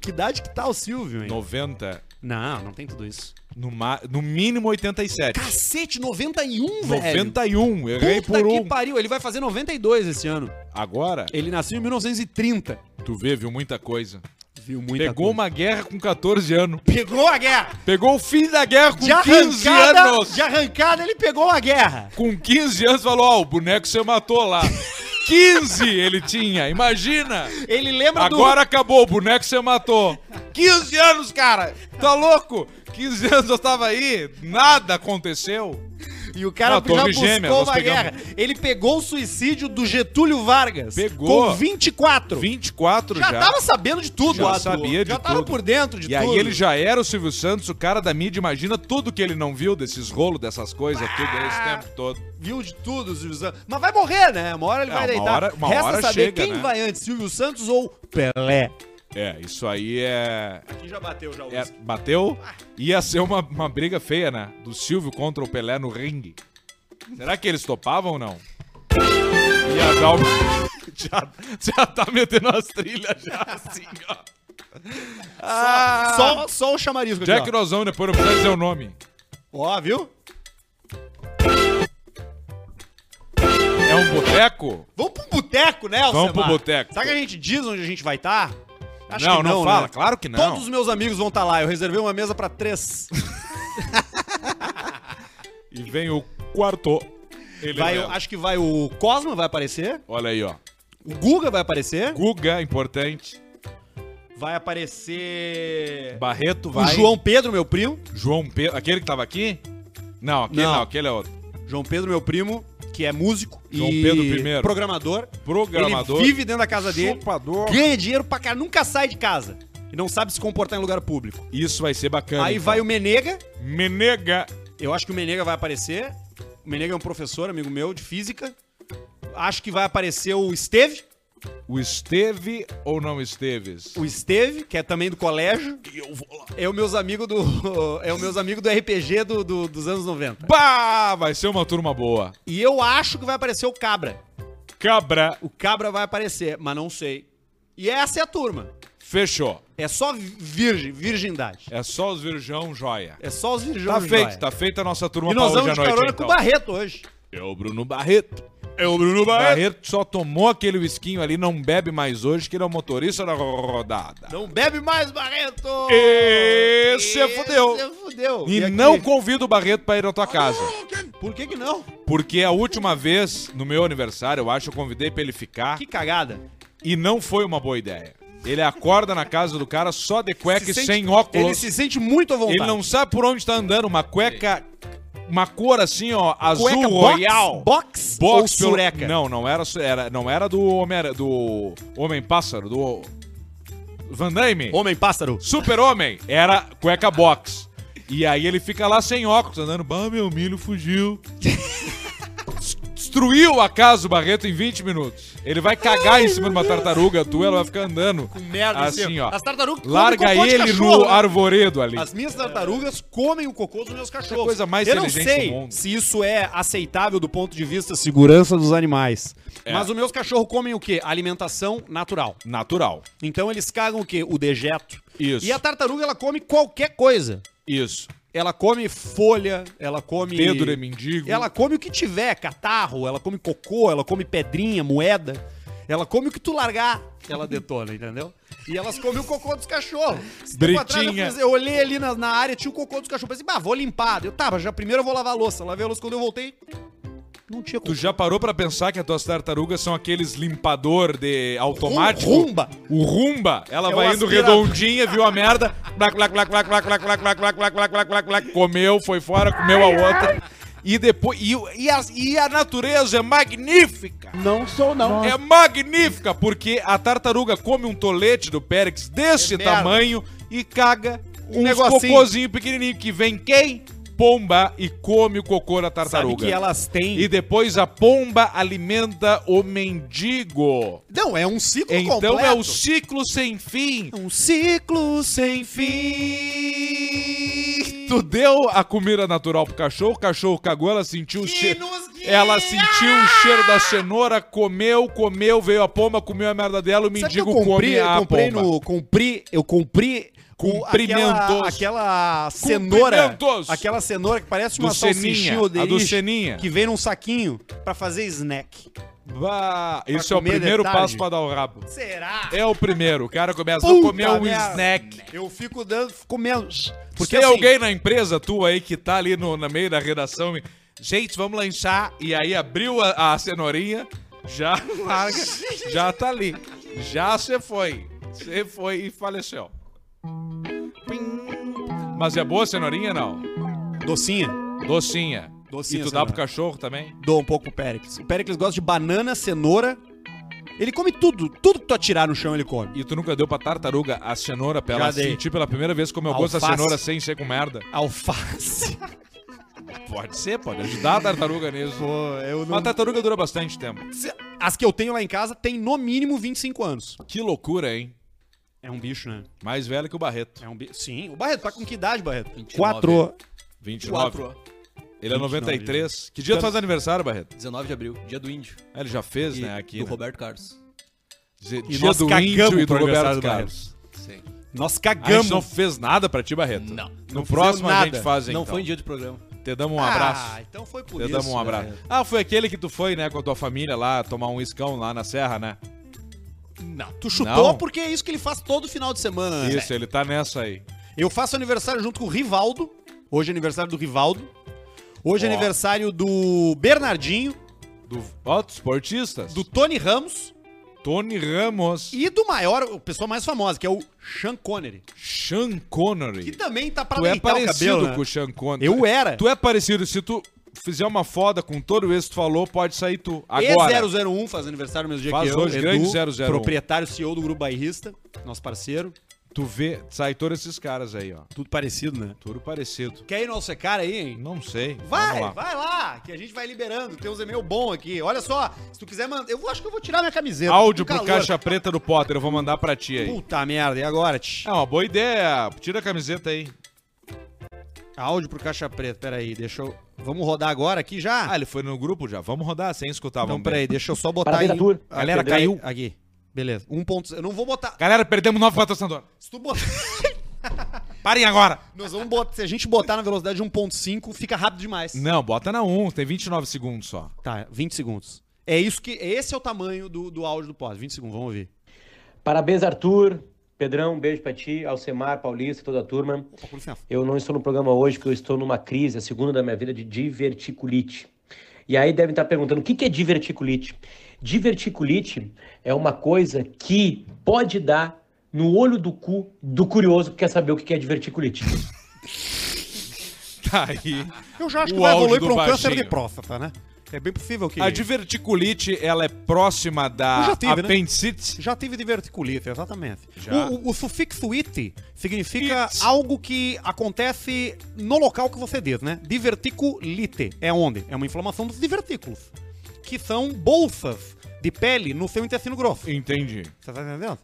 que idade que tá o Silvio, hein? 90, Não, não tem tudo isso. no, ma- no mínimo 87. Cacete, 91, velho. 91, errei Puta por que um. pariu, ele vai fazer 92 esse ano. Agora, Ele nasceu em 1930. tu vê, viu muita coisa. Viu muito Pegou uma guerra com 14 anos. Pegou a guerra! Pegou o fim da guerra com De 15 arrancada, anos. de arrancada, ele pegou a guerra. Com 15 anos falou, ó, o boneco você matou lá. 15 ele tinha, imagina. Ele lembra Agora acabou, o boneco você matou. 15 anos, cara. Tá louco? 15 anos eu tava aí, nada aconteceu. do. E o cara Ah, já Torre buscou Gêmea, nós uma guerra. pegamos. Ele pegou o suicídio do Getúlio Vargas. Pegou. Com 24. 24 Já, já. tava sabendo de tudo, Já Arthur. sabia de Já tava tudo. por dentro de E tudo. aí ele já era o Silvio Santos, o cara da mídia, imagina tudo que ele não viu desses rolos, dessas coisas, tudo esse Ah. tempo todo. viu de tudo, Silvio Santos. Mas vai morrer, né? Uma hora ele É, vai uma deitar. hora- uma Resta hora saber chega, quem né? vai antes, Silvio Santos ou Pelé. É, isso aí é. Aqui já bateu já o é- bateu, ia ser uma, uma briga feia, né? Do Silvio contra o Pelé no ringue. Será que eles topavam ou não? Ia dar uma. Já, já tá metendo as trilhas já, assim, ó. Só, só o chamarisco Já aqui, que nós vamos depois, não precisa dizer o nome. ó. ó, viu? É um boteco? Vamos pro boteco, né, Vamos pro Alcemar? boteco. Será que a gente diz onde a gente vai tá? estar? Não, não fala, claro que não. né? Todos os meus amigos vão estar lá. Eu reservei uma mesa pra três. E vem o quarto. Ele é Vai, mesmo. eu acho que vai o Cosma vai aparecer, Olha aí, ó. o Guga vai aparecer, Guga, importante. vai aparecer Barreto o vai. João Pedro, meu primo. João Pedro. Aquele que tava aqui? Não, aquele Não. não, aquele é outro. João Pedro, meu primo, que é músico João e Pedro I. programador. Programador. Ele vive dentro da casa dele, Chupador. ganha dinheiro pra cá, nunca sai de casa e não sabe se comportar em lugar público. Isso vai ser bacana. então. Aí vai o Menega, Menega. Eu acho que o Menega vai aparecer. O Menega é um professor, amigo meu, de física. Acho que vai aparecer o Esteve. O Esteve ou não Esteves? O Esteve, que é também do colégio. É o meus amigos do. É o meus amigos do RPG do, do- dos anos 90. Bah! Vai ser uma turma boa. E eu acho que vai aparecer o Cabra. Cabra. O Cabra vai aparecer, mas não sei. E essa é a turma. Fechou. É só vi- virgem, virgindade. É só os virgão joia. É só os virgões. Tá feito, joia. tá feita a nossa turma E nós pra hoje vamos à de noite. carona com então. o Barreto hoje. É o Bruno Barreto. É o Bruno Barreto só tomou aquele whiskinho ali, não bebe mais hoje, que ele é o motorista da ro- rodada. Não bebe mais, Barreto! Esse é fudeu. Esse é fudeu. E aqui? não convida o Barreto pra ir à tua casa. Por que que não? Porque é a última vez, no meu aniversário, eu acho, eu convidei pra ele ficar Que cagada. e não foi uma boa ideia. Ele acorda na casa do cara só de cueca Se e sente- É sem Ele óculos. Ele, se sente muito à vontade. não sabe por onde tá andando, uma cueca, uma cor assim, ó, azul Cueca royal. Box, box, ou Box pelo- sureca? Não, não era, su- era, não era do homem do homem pássaro, do Van Damme. Homem pássaro. Super-Homem era cueca box. E aí ele fica lá sem óculos, andando. Bah, meu milho fugiu. destruiu a casa do Barreto em 20 minutos. Ele vai cagar em cima de uma tartaruga, tu ela vai ficar andando. Com merda em assim, cima. ó. As tartarugas comem Larga cocô de ele cachorro, no né? arvoredo ali. As minhas tartarugas comem o cocô dos meus cachorros. é coisa mais Eu não inteligente sei do mundo. se isso é aceitável do ponto de vista segurança dos animais. É. Mas os meus cachorros comem o quê? Alimentação natural. Natural. Então eles cagam o quê? O dejeto. Isso. E a tartaruga, ela come qualquer coisa. Isso. Ela come folha, ela come... Pedro é mendigo. Ela come o que tiver, catarro, ela come cocô, ela come pedrinha, moeda. Ela come o que tu largar, ela detona, entendeu? E elas comem o cocô dos cachorros. Esse tempo atrás eu, Britinha. fiz- eu olhei ali na, na área, tinha o cocô dos cachorros. Pensei, bah, vou limpar. Eu tava, já primeiro eu vou lavar a louça. Lavei a louça quando eu voltei. Não tinha Tu cocô. já parou pra pensar que as tuas tartarugas são aqueles limpador de automático? Rum- Um rumba. O rumba. Ela É um vai indo aspirador. redondinha, viu a merda, blac, blac, blac, blac, blac, blac, blac, blac, blac, blac, blac, blac, blac, blac, comeu, foi fora, comeu a outra. E depois e, o- e a, e a natureza é magnífica. Não sou, não. É magnífica porque a tartaruga come um tolete do Périx deste É merda. tamanho e caga um negocinho. cocôzinho pequenininho que vem quem? Pomba e come o cocô da tartaruga. Sabe que elas têm... E depois a pomba alimenta o mendigo. Não, é um ciclo Então completo. é o ciclo sem fim. um ciclo sem Fim. Tu deu a comida natural pro cachorro, o cachorro cagou, ela sentiu o cheiro. Ela sentiu o cheiro da cenoura, comeu, comeu, veio a pomba, comeu a merda dela, o Sabe que eu mendigo comprei, come eu a comprei pomba. no. Compri, eu comprei. o- Cumprimentos. aquela, aquela cenoura. Cumprimentos. Aquela cenoura que parece uma Do Seninha, salsichinha ou a do delish, Seninha. Que vem num saquinho pra fazer snack. Bah, Isso é o comer de primeiro tarde. passo pra dar o rabo. Será? É o primeiro. O cara começa a Puta comer um merda. snack. Eu fico dando, comendo. Porque Porque tem assim, alguém na empresa tua aí que tá ali no, na meio da redação. e, Gente, vamos lanchar. E aí abriu a, a cenourinha, já larga, já tá ali. Já você foi. Você foi e faleceu. Pim. Mas é boa a cenourinha, não? Docinha. Docinha. Docinha e tu a dá pro cenoura. cachorro também? Dou um pouco pro Péricles. O Péricles gosta de banana, cenoura. Ele come tudo. Tudo que tu atirar no chão, ele come. E tu nunca deu pra tartaruga a cenoura pra Já ela dei. sentir pela primeira vez como eu gosto da Alface. cenoura sem ser com merda? Alface. Pode ser, pode ajudar a tartaruga nisso. Pô, eu Mas a tartaruga dura bastante tempo. As que eu tenho lá em casa tem no mínimo 25 anos. Que loucura, hein? É um bicho, né? Mais velho que o Barreto. É um bi... Sim, o Barreto tá com que idade, Barreto? 29. 4. 29. 4, Ele é 93. Que dia tu faz aniversário, Barreto? 19 de abril, dia do índio. Ah, ele já fez, E né? Aqui. do né? Roberto Carlos. Dia E dia nós do cagamos índio e do pro aniversário Roberto do Carlos. Sim. Nós Ah, a gente cagamos. não fez nada pra ti, Barreto. Não. No próximo a gente nada. faz, então. Não foi em dia de programa. Te damos um abraço. Ah, então foi por Te isso. damos um abraço. né? Ah, foi aquele que tu foi, né, com a tua família lá, tomar um escão lá na serra, né? Não, tu chutou Não. porque é isso que ele faz todo final de semana, né? Isso, ele tá nessa aí. Eu faço aniversário junto com o Rivaldo. Hoje é aniversário do Rivaldo. Hoje é Ó. aniversário do Bernardinho, Do... Ó, dos esportistas. do Tony Ramos Tony Ramos. e do maior, a pessoa mais famosa, que é o Sean Connery. Sean Que Connery. também tá pra Tu é deitar o parecido cabelo, né? com o Sean Connery. Eu era. Tu é parecido, se tu fizer uma foda com todo isso que tu falou, pode sair tu. é Agora. E001 faz aniversário no mesmo dia Faz que eu. hoje, grande 001. Proprietário CEO do Grupo Bairrista, nosso parceiro. Tu vê, sai todos esses caras aí, ó. Tudo parecido, né? Tudo parecido. Quer ir no nosso cara aí, hein? Não sei. Vai, Vamos lá. vai lá, que a gente vai liberando. Tem uns e-mail bom aqui. Olha só, se tu quiser mandar. Eu vou- acho que eu vou tirar minha camiseta. Áudio Tá com pro calor. Caixa Preta do Potter, eu vou mandar pra ti aí. Puta merda, e agora? tch? É uma boa ideia. Tira a camiseta aí. Áudio pro Caixa Preta, peraí, deixa eu. Vamos rodar agora aqui já? Ah, ele foi no grupo já. Vamos rodar sem escutar. não, vamos ver. peraí, deixa eu só botar Parabéns, Arthur. Ah, Galera, caiu. Aqui. Beleza. 1.0. Eu não vou botar. Galera, perdemos novo patrocinador. Se tu botar. Parem agora. Nós vamos botar. Se a gente botar na velocidade 1.5, fica rápido demais. Não, bota na 1. Tem 29 segundos só. Tá, 20 segundos. É isso que. Esse é o tamanho do, do áudio do pós. 20 segundos, vamos ouvir. Parabéns, Arthur. Pedrão, um beijo pra ti, Alcemar, Paulista, toda a turma. Opa, por licença. Eu não estou no programa hoje porque eu estou numa crise, a segunda da minha vida, de diverticulite. E aí devem estar perguntando, o que que é diverticulite? Diverticulite é uma coisa que pode dar no olho do cu do curioso que quer saber o que que é diverticulite. Tá aí. Eu já acho O que vai áudio evoluir do pra um câncer baixinho. de próstata, né? É bem possível que. A diverticulite, ela é próxima da Eu já tive, né? apendicite. Já tive diverticulite, exatamente. Já? O, o- o sufixo it significa It. algo que acontece no local que você diz, né? Diverticulite. É onde? É uma inflamação dos divertículos. que são bolsas de pele no seu intestino grosso. Entendi. Você tá entendendo?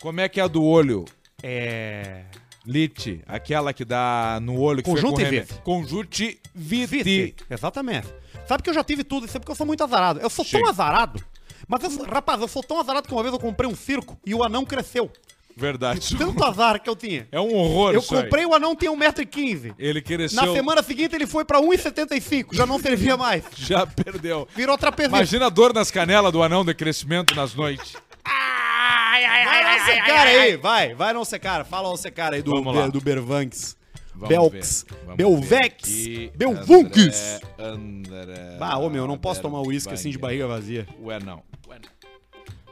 Como é que é a do olho? É. Lite, aquela que dá no olho que Conjuntivite. fica com reme- Conjuntivite. Vite. Exatamente. Sabe que eu já tive tudo isso é porque eu sou muito azarado. Eu sou Sim. tão azarado. Mas, eu, sou- rapaz, eu sou tão azarado que uma vez eu comprei um circo e o anão cresceu. Verdade. Tanto azar que eu tinha. É um horror Então, Eu isso aí. comprei, o anão tinha 1,15m. Ele cresceu. Na semana seguinte ele foi pra 1,75m. Já não servia mais. Já perdeu. Virou trapezista. Imagina a dor nas canelas do anão de crescimento nas noites. Vai lá ser cara aí, vai, vai não ser cara. Fala o ser cara aí do, Vamos lá. do Bervanks. Vamos Belks, ver, vamos ver Belvex, aqui. Belvunks. André, André, Bah, ô meu, não posso tomar uísque assim de Berbanha. barriga vazia. Ué, não.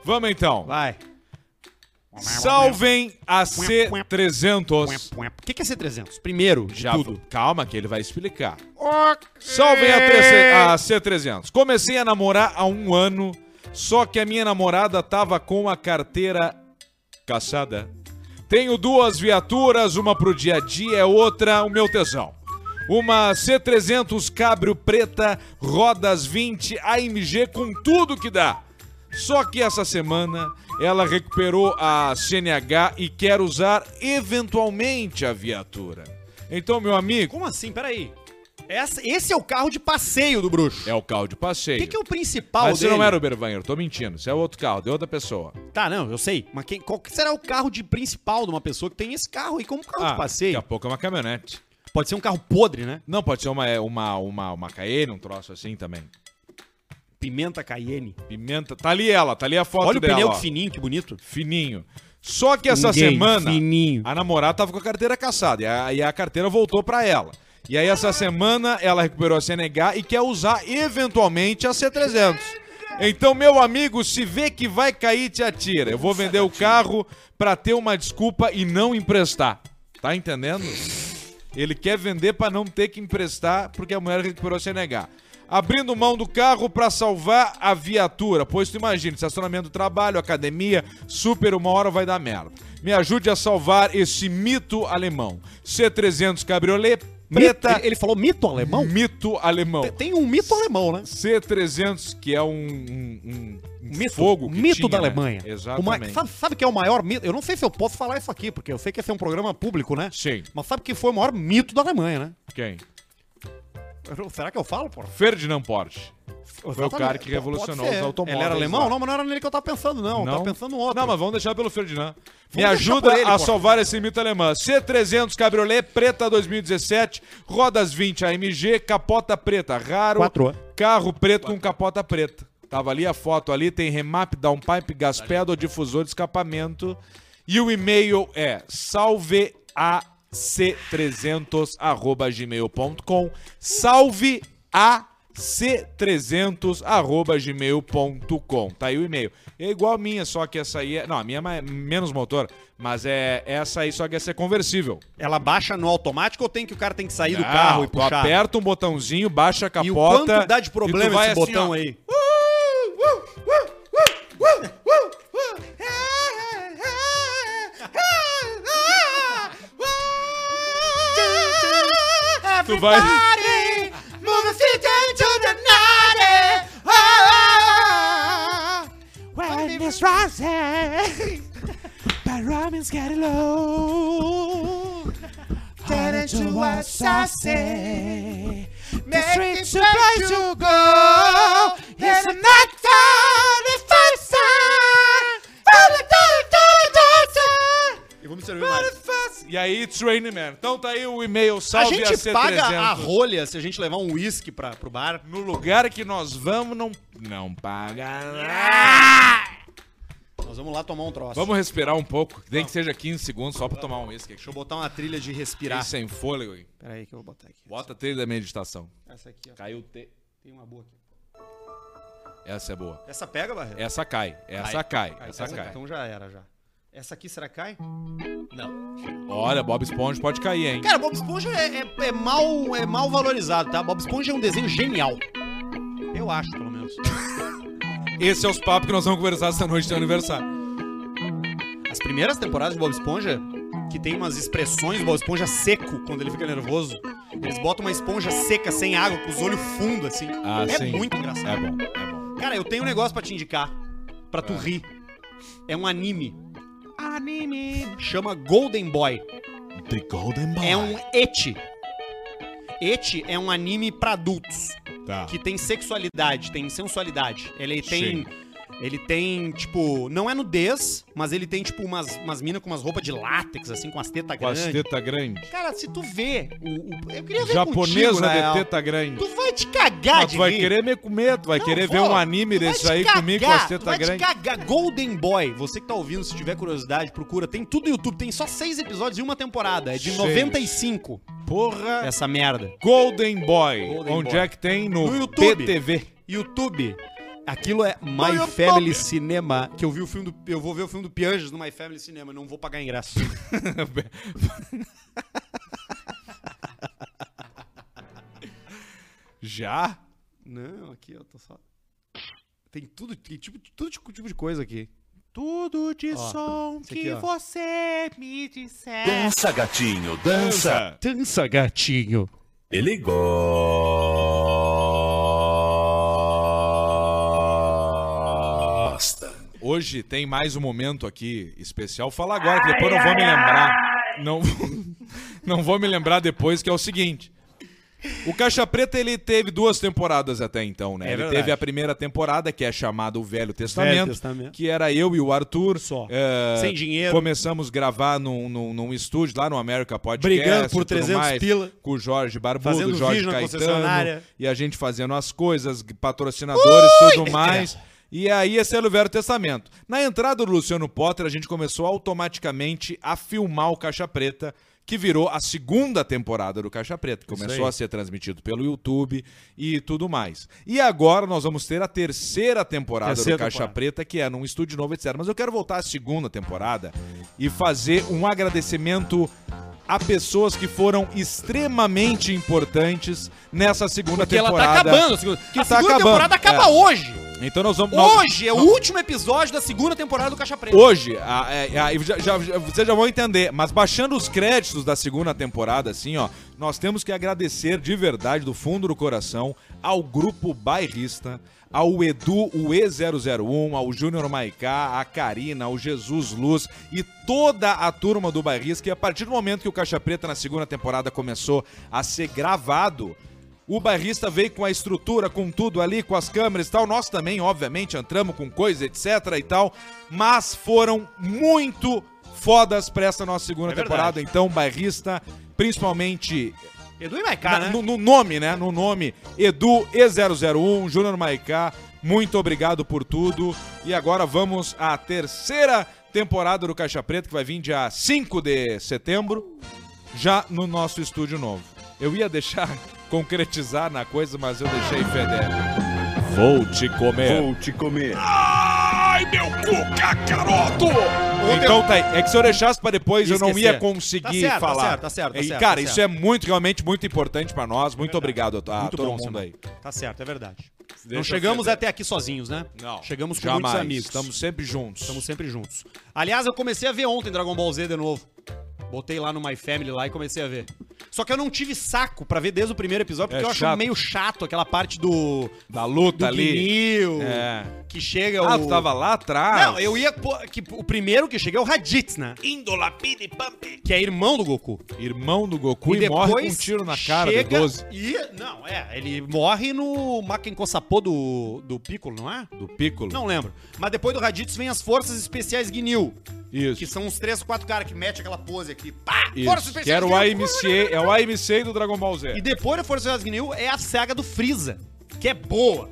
Vamos então. Vai. Salvem a C300. O que, que é C300? Primeiro de Já tudo. vou- Calma que ele vai explicar. Salvem a, 300 a C300. Comecei a namorar há um ano, só que a minha namorada tava com a carteira caçada. Tenho duas viaturas, uma pro dia a dia, é outra o meu tesão. Uma C300 Cabrio preta, rodas 20, AMG com tudo que dá. Só que essa semana ela recuperou a CNH e quer usar eventualmente a viatura. Então, meu amigo, Como assim? Peraí. Essa, esse é o carro de passeio do bruxo. é o carro de O passeio. que, que é o principal Mas dele? não é era o Bervanho, tô mentindo. Isso é outro carro, de outra pessoa. Tá, não, eu sei. Mas quem, qual que será o carro de principal de uma pessoa que tem esse carro aí como carro de Daqui passeio? a pouco é uma caminhonete. Pode ser um carro podre, né? Não, pode ser uma, é, uma, uma, uma Cayenne, um troço assim também. Pimenta Cayenne. Pimenta. Tá ali ela, tá ali a foto Olha o dela. pneu ó. que fininho, que bonito. Fininho. Só que essa Ninguém, semana, Fininho. a namorada tava com a carteira caçada e a, e a carteira voltou pra ela. E aí essa semana ela recuperou a CNH e quer usar eventualmente a C300. Então, meu amigo, se vê que vai cair, te atira. Eu vou vender o carro pra ter uma desculpa e não emprestar. Tá entendendo? Ele quer vender pra não ter que emprestar porque a mulher recuperou a CNH. Abrindo mão do carro pra salvar a viatura, pois tu imagina, estacionamento do trabalho, academia, super uma hora vai dar merda. Me ajude a salvar esse mito alemão. C300 Cabriolet preta, Ele, ele falou mito alemão? mito alemão. Tem- Tem um mito alemão, né? C300 que é um, um- um- um Mito, fogo que mito tinha, da né? Alemanha. Exatamente. Uma- sabe, sabe que é o maior mito? Eu não sei se eu posso falar isso aqui, porque eu sei que esse é um programa público, né? Sim. Mas sabe que foi o maior mito da Alemanha, né? Quem? Eu- Será que eu falo, porra? Ferdinand Porsche. Foi o Exatamente. cara que Pô, revolucionou pode ser. os automóveis. Ele era alemão? lá. Não, mas não era nele que eu tava pensando, não. Eu tava pensando no outro. Não, mas vamos deixar pelo Ferdinand. Me deixar ajuda por ele, a porra. salvar esse mito alemão. C300 Cabriolet preta 2017, rodas 20 AMG, capota preta, raro. Quatro. Carro preto com capota preta. Tava ali a foto ali, tem remap, downpipe, gas pedal, difusor de escapamento. E o e-mail é salve 300 arroba gmail.com salve a c300 arroba gmail.com tá aí o e-mail é igual a minha só que essa aí é não a minha é mais- menos motor mas é essa aí só que essa é conversível Ela baixa no automático ou tem que o cara tem que sair do Não, carro e tu puxar? aperta um botãozinho baixa a capota e o quanto dá de tu problema vai esse assim, botão ó. aí? Tu vai. Eu vou me servir mais. E aí, Train Man. Então tá aí o e-mail A salve gente C300. paga a rolha se a gente levar um uísque pra, pro bar. No lugar que nós vamos, não. Não paga nada. Nós vamos lá tomar um troço. Vamos respirar um pouco. Nem que seja 15 segundos só pra tomar um whisky. Deixa eu botar uma trilha de Fiquei respirar. sem fôlego aí. Pera aí que eu vou botar aqui. Bota a trilha da meditação. Essa aqui, ó. Caiu o T. Tem uma boa aqui. Essa é boa. Essa pega, Barreto? Essa cai. Essa cai. É. Essa então, cai. então já era, já. Essa aqui, será que cai? Olha, Bob Esponja pode cair, hein? Cara, Bob Esponja é, é- é mal, é mal valorizado, tá? Bob Esponja é um desenho genial. Eu acho, pelo menos. Esse é os papos que nós vamos conversar essa noite do aniversário. As primeiras temporadas de Bob Esponja, que tem umas expressões do Bob Esponja seco quando ele fica nervoso. Eles botam uma esponja seca, sem água, com os olhos fundos, assim. Ah, é sim. muito engraçado. É bom, é bom. Cara, eu tenho um negócio pra te indicar, pra Ah. tu rir. É um anime. Anime. Chama Golden Boy. The Golden É um eti. Eti é um anime pra adultos Tá. que tem sexualidade, tem sensualidade. Ele tem. Sim. Ele tem, tipo, não é nudez, mas ele tem, tipo, umas, umas minas com umas roupas de látex, assim, com as tetas Com as grandes. tetas grandes. Cara, se tu vê o. o- eu queria ver contigo, Japonesa na de real. teta grande. Tu vai te cagar Mas de tu vai rir. querer me comer, tu vai Não, querer vou. ver um anime Tu vai desse te aí cagar, comigo com as tu tetas vai te grandes. cagar. Golden Boy, você que tá ouvindo, se tiver curiosidade, procura. Tem tudo no YouTube, tem só seis episódios e uma temporada. É de Seis. 95, Porra. essa merda. Golden Boy. Golden onde Boy. é que tem? No, No YouTube. PTV. YouTube. Aquilo é My Family Cinema, que eu vi o filme do, eu vou ver o filme do Pianjas no My Family Cinema, não vou pagar ingresso. Já? não, aqui ó, tô só Tem tudo, tem tipo tudo tipo tipo de coisa aqui. Tudo de Ó, som esse aqui, ó. você me disser. Dança, gatinho, dança. Dança gatinho. Ele gosta. Hoje tem mais um momento aqui especial. Fala agora, que depois eu não vou me lembrar. Não, não vou me lembrar depois, que é o seguinte. O Caixa Preta, ele teve duas temporadas até então, né? É ele verdade. teve a primeira temporada, que é chamada O Velho Testamento, Velho Testamento. que era eu e o Arthur. Só. eh, Sem dinheiro. Começamos a gravar num, num, num estúdio lá no América Podcast. Brigando por e tudo 300 pila. Com o Jorge Barbudo, Fazendo Jorge vídeo na Caetano. concessionária. E a gente fazendo as coisas, patrocinadores, tudo mais. E aí esse era o Velho Testamento. Na entrada do Luciano Potter, a gente começou automaticamente a filmar o Caixa Preta, que virou a segunda temporada do Caixa Preta. que Começou a ser transmitido pelo YouTube e tudo mais. E agora nós vamos ter a terceira temporada Terceira do Caixa temporada. Preta, que é num estúdio novo, etc. Mas eu quero voltar à segunda temporada e fazer um agradecimento a pessoas que foram extremamente importantes nessa segunda Porque ela temporada. tá acabando. a segunda- Que a tá segunda acabando. temporada acaba hoje. É. Então nós vamos. nós- Hoje é o último episódio da segunda temporada do Caixa Preta. Hoje, a- é- é- já, já- já- vocês já vão entender, mas baixando os créditos da segunda temporada, assim, ó, nós temos que agradecer de verdade, do fundo do coração, ao grupo bairrista, ao Edu, o E001, ao Júnior Maicá, a Karina, ao Jesus Luz e toda a turma do bairrista, que a partir do momento que o Caixa Preta na segunda temporada começou a ser gravado, o barrista veio com a estrutura, com tudo ali, com as câmeras e tal. Nós também, obviamente, entramos com coisa, etc e tal. Mas foram muito fodas pra essa nossa segunda É verdade. temporada. Então, barrista, principalmente Edu e Maiká, na- né? no, no nome, né? No nome, Edu E001, Júnior Maicá, muito obrigado por tudo. E agora vamos à terceira temporada do Caixa Preta, que vai vir dia 5 de setembro, já no nosso estúdio novo. Eu ia deixar concretizar na coisa, mas eu deixei feder. Vou te comer. Ai, meu cu cacaroto! Então tá aí. É que se eu deixasse pra depois, Ia eu não esquecer. ia Tá conseguir certo, tá falar. certo, tá certo, tá E, certo, cara, tá isso certo. é muito, realmente, muito importante pra nós. Muito obrigado a, a Muito todo bom, mundo aí. Tá certo, é verdade. eu não chegamos ver. até aqui sozinhos, né? Não. Chegamos com Jamais. muitos amigos. Estamos sempre juntos. Estamos sempre juntos. Aliás, eu comecei a ver ontem Dragon Ball Z de novo. Botei lá no My Family lá e comecei a ver. Só que eu não tive saco pra ver desde o primeiro episódio, porque É eu acho chato. meio chato aquela parte do. Da do luta ali. Guinil, É. que chega o. Ah, tu tava lá atrás? Não, eu ia. pô- Que, o primeiro que chega é o Raditz, né? Que é irmão do Goku. Irmão do Goku e, morre com um tiro na cara de chega 12. E. Não, é. Ele morre no Makenko Sapô do, do Piccolo, não é? Do Piccolo. Não lembro. Mas depois do Raditz vem as forças especiais Guinil. Isso. Que são uns três, quatro caras que metem aquela pose aqui. Pá! isso. Força Especial que era o Guinil. AMC, é o AMC do Dragon Ball Z. E depois da Força Especial Guinil é a saga do Freeza, que é boa.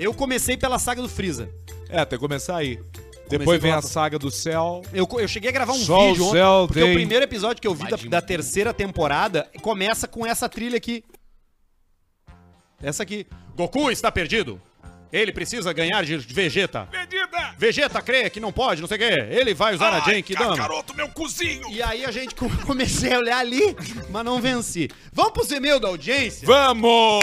Eu comecei pela saga do Freeza. É, até começar aí. Depois vem pela- a saga do céu. Eu, co- eu cheguei a gravar um Só vídeo o ontem, céu porque tem. o primeiro episódio que eu vi da, da terceira temporada começa com essa trilha aqui. Essa aqui. Goku está perdido. Ele precisa ganhar de Vegeta. Vegeta crê que não pode, não sei o quê. Ele vai usar a Genkidama. Garoto, meu cozinho! E aí a gente co- comecei a olhar ali, mas não venci. Vamos pros e-mails da audiência? Vamos!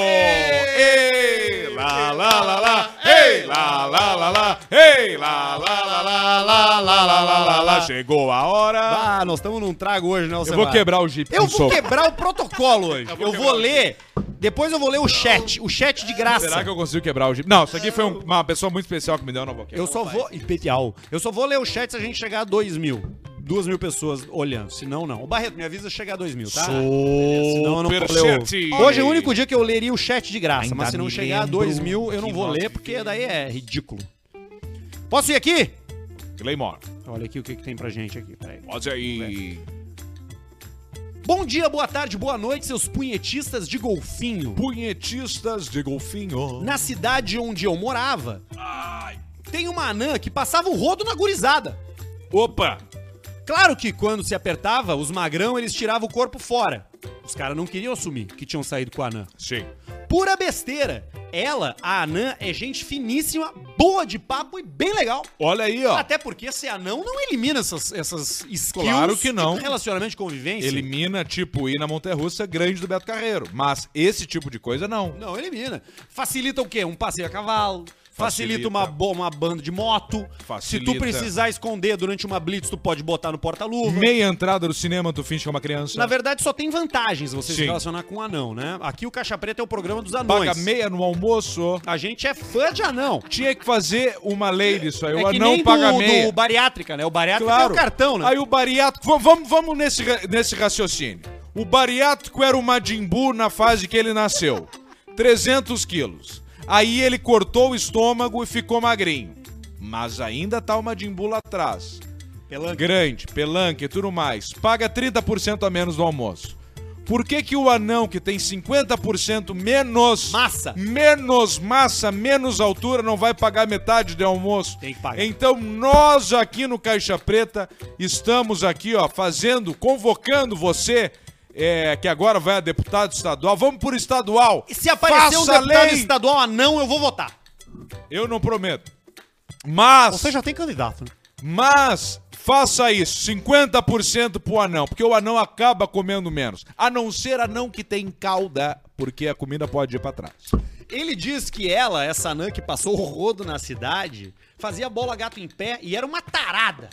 Ei, lá, lá, lá, lá, ei, lá, lá, lá, lá, ei, lá, lá, lá, lá, lá, lá, lá, lá, lá, lá, chegou a hora. Ah, nós estamos num trago hoje, né, Eu vou quebrar um o Jeep Eu com vou soco. quebrar o protocolo hoje. Eu vou, um ler. Depois eu vou ler o chat. O chat de graça. Será que eu consigo quebrar o Jeep? Não, isso aqui foi um- uma pessoa muito especial que me deu, eu não vou quebrar. Eu só vou. Imperial. Eu só vou ler o chat se a gente chegar a 2 mil. 2 mil pessoas olhando. Se não, não. O Barreto, me avisa se chegar a 2 mil, tá? Senão eu não vou ler. Superchat. o- Hoje é o único dia que eu leria o chat de graça, mas se não chegar a 2 mil, eu não vou ler, porque daí é ridículo. Posso ir aqui? Claymore. Olha aqui o que, que tem pra gente aqui, peraí. Olha aí. Bom dia, boa tarde, boa noite, seus punhetistas de golfinho. Punhetistas de golfinho. na cidade onde eu morava, tem uma anã que passava o rodo na gurizada. Opa! Claro que quando se apertava, os magrão eles tiravam o corpo fora. Os caras não queriam assumir que tinham saído com a anã. Sim. Pura besteira. Ela, a anã, é gente finíssima, boa de papo e bem legal. Olha aí, ó. Até porque ser anão não elimina essas, essas skills Claro que não. de relacionamento de convivência. Elimina, tipo, ir na Monterrussa grande do Beto Carreiro. Mas esse tipo de coisa, não. Não, elimina. Facilita o quê? Um passeio a cavalo. Facilita, Facilita. uma, bo- uma banda de moto. Facilita. Se tu precisar esconder durante uma blitz, tu pode botar no porta-luva. Meia entrada do cinema, tu finge que é uma criança. Na verdade, só tem vantagens você se Sim. relacionar com um anão, né? Aqui o Caixa Preta é o programa dos anões. Paga meia no almoço. A gente é fã de anão. Tinha que fazer uma lei disso aí. É o que anão nem paga do, meia. do bariátrica, né? O bariátrica é Claro. o cartão, né? Aí o bariátrico. va- Vamos, vamos nesse, ra- nesse raciocínio. O bariátrico era o Majin Buu na fase que ele nasceu. 300 quilos. Aí ele cortou o estômago e ficou magrinho. Mas ainda tá o Majin Buu lá atrás. Pelanca. Grande, pelanque e tudo mais. Paga 30% a menos do almoço. Por que, que o anão que tem 50% menos Massa. menos massa, menos altura, não vai pagar metade do almoço. Tem que pagar. Então nós aqui no Caixa Preta estamos aqui, ó, fazendo, convocando você. é, que agora vai a deputado estadual. Vamos por estadual. E se aparecer um Faça deputado lei. estadual anão, eu vou votar. Eu não prometo. Mas, Você já tem candidato, né? mas, faça isso. 50% pro anão. Porque o anão acaba comendo menos. A não ser anão que tem cauda. Porque a comida pode ir pra trás. Ele diz que ela, essa anã que passou o rodo na cidade, fazia bola gato em pé e era uma tarada.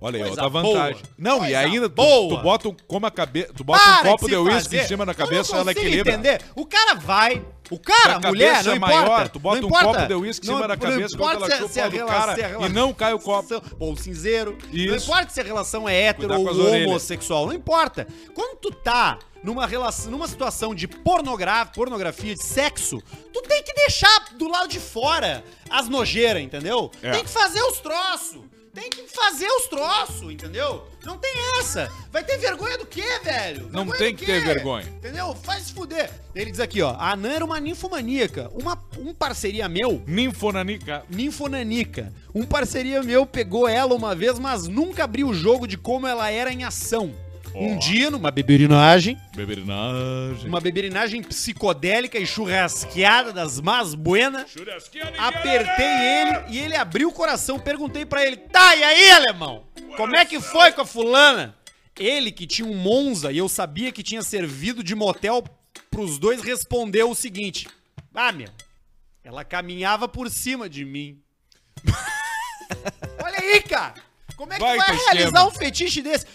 Olha aí, Coisa outra vantagem. boa. Não, e Coisa ainda tu, boa. tu bota um, como a cabe... tu bota um copo de uísque em cima da cabeça, ela equilibra. entender. O cara vai, o cara, Se a mulher, cabeça não é importa. maior, tu bota não um importa. copo de uísque em cima da cabeça, importa quando se- ela chupa se a o do relação- cara se a e relação- não cai o copo. Ou o cinzeiro. Não Isso. importa se a relação é hétero Cuidar com as ou orelhas. homossexual, não importa. Quando tu tá numa, relação, numa situação de pornogra- pornografia, de sexo, tu tem que deixar do lado de fora as nojeiras, entendeu? É. Tem que fazer os troços. Tem que fazer os troços, entendeu? Não tem essa. Vai ter vergonha do quê, velho? Não Vergonha tem do que quê? ter vergonha. Entendeu? Faz se fuder. Ele diz aqui, ó. A Anã era uma ninfomaníaca. Uma, um parceria meu Ninfonanica. ninfonanica. Um parceria meu pegou ela uma vez, mas nunca abriu o jogo de como ela era em ação. Um dia, numa beberinagem, Beberinagem. uma beberinagem psicodélica e churrasqueada das más buenas, apertei ele e ele abriu o coração. Perguntei pra ele, tá, e aí, alemão? Como é que foi com a fulana? Ele, que tinha um Monza e eu sabia que tinha servido de motel pros dois, respondeu o seguinte, ah, meu, ela caminhava por cima de mim. Olha aí, cara! Como é que Vai vai, com realizar esquema. um fetiche desse?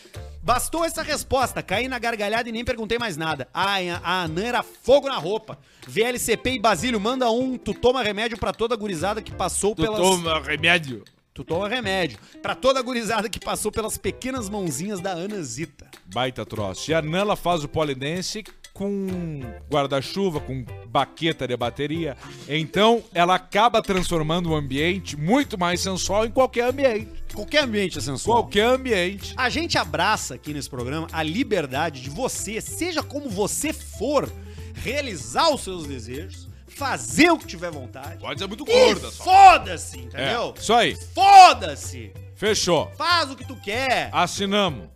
Bastou essa resposta, caí na gargalhada e nem perguntei mais nada. A, a Anã era fogo na roupa. VLCP e Basílio, manda um, tu toma remédio pra toda gurizada que passou Tu pelas... toma remédio. Tu toma remédio. Pra toda gurizada que passou pelas pequenas mãozinhas da Anazita. Baita troço. E a Nela faz o polidense com guarda-chuva, com baqueta de bateria. Então, ela acaba transformando o ambiente muito mais sensual em qualquer ambiente. Qualquer ambiente é sensual. Qualquer ambiente. A gente abraça aqui nesse programa a liberdade de você, seja como você for, realizar os seus desejos, fazer o que tiver vontade. Pode ser muito E foda-se, entendeu? É, isso aí. Foda-se! Fechou. Faz o que tu quer. Assinamos.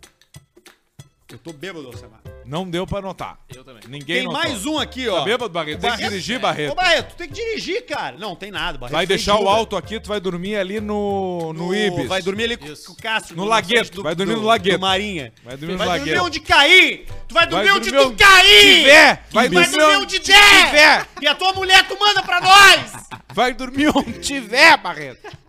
Eu tô bêbado, Alcemar. Não deu pra notar. Eu também. Ninguém Tem notou. mais um aqui, ó. Tá bêbado, Barreto? Tem que dirigir, Barreto. Ô, Barreto, tem que dirigir, cara. Não, tem nada, Barreto. Vai Tem deixar o Uber. alto aqui, tu vai dormir ali no, no, Ibis. Vai dormir ali Isso. com o Cássio. No Lagueto, vai dormir no Lagueto. Do Marinha. Vai dormir no vai dormir Lagueto. onde cair. Tu vai dormir onde tu onde cair. tiver. Vai Tu vai dormir dormir onde onde der. tiver. E a tua mulher tu manda pra nós. Vai dormir onde tiver, Barreto.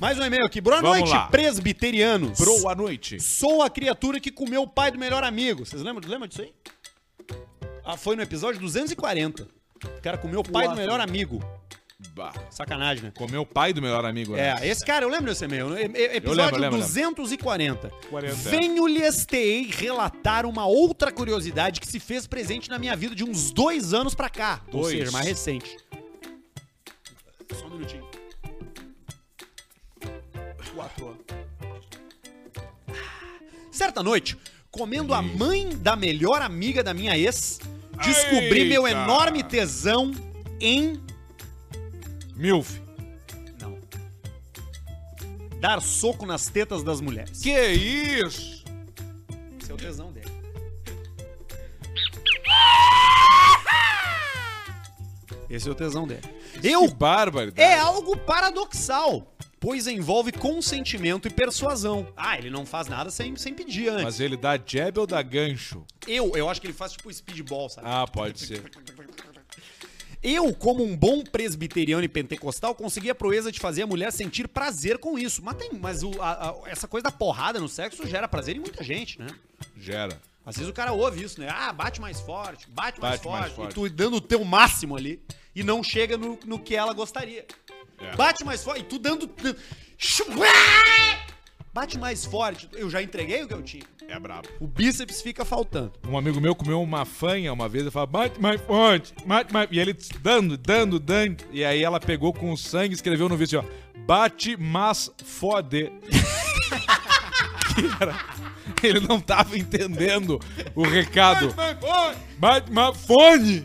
Mais um e-mail aqui. Boa Vamos noite, lá. presbiterianos. Bro, à noite. Sou a criatura que comeu o pai do melhor amigo. Vocês lembram, lembram disso aí? Ah, foi no episódio 240. O cara comeu o pai do melhor amigo. Bah. Sacanagem, né? Comeu o pai do melhor amigo, né? É, esse cara, eu lembro desse e-mail. E- e- Episódio lembro, lembro, é. 240. 40. Venho-lhes TEI relatar uma outra curiosidade que se fez presente na minha vida de uns dois anos pra cá. Ou Dois. seja, mais recente. Só um minutinho. Certa noite, comendo a mãe da melhor amiga da minha ex, descobri meu Eita. enorme tesão em Milf. dar soco nas tetas das mulheres. Que isso? Esse é o tesão dele. Esse é o tesão dele. Que Eu bárbaro. é algo paradoxal, pois envolve consentimento e persuasão. Ah, ele não faz nada sem, sem pedir antes. Mas ele dá jab ou dá gancho? Eu, eu acho que ele faz tipo speedball, sabe? Ah, pode ser. Eu, como um bom presbiteriano e pentecostal, consegui a proeza de fazer a mulher sentir prazer com isso. Mas tem, mas o- a- a- essa coisa da porrada no sexo gera prazer em muita gente, né? Gera. Às vezes o cara ouve isso, né? Ah, bate mais forte, bate, mais, Bate forte, mais E forte. tu dando o teu máximo ali e não chega no, no que ela gostaria. É. Bate mais forte, e tu dando. Bate mais forte. Eu já entreguei o que eu tinha. É brabo. O bíceps fica faltando. Um amigo meu comeu uma fanha uma vez, ele falou, bate mais forte, bate mais... E ele dando, dando, dando. E aí ela pegou com sangue e escreveu no vídeo, ó, bate, mas fode. Cara, ele não tava entendendo o recado. Bate, mas fone.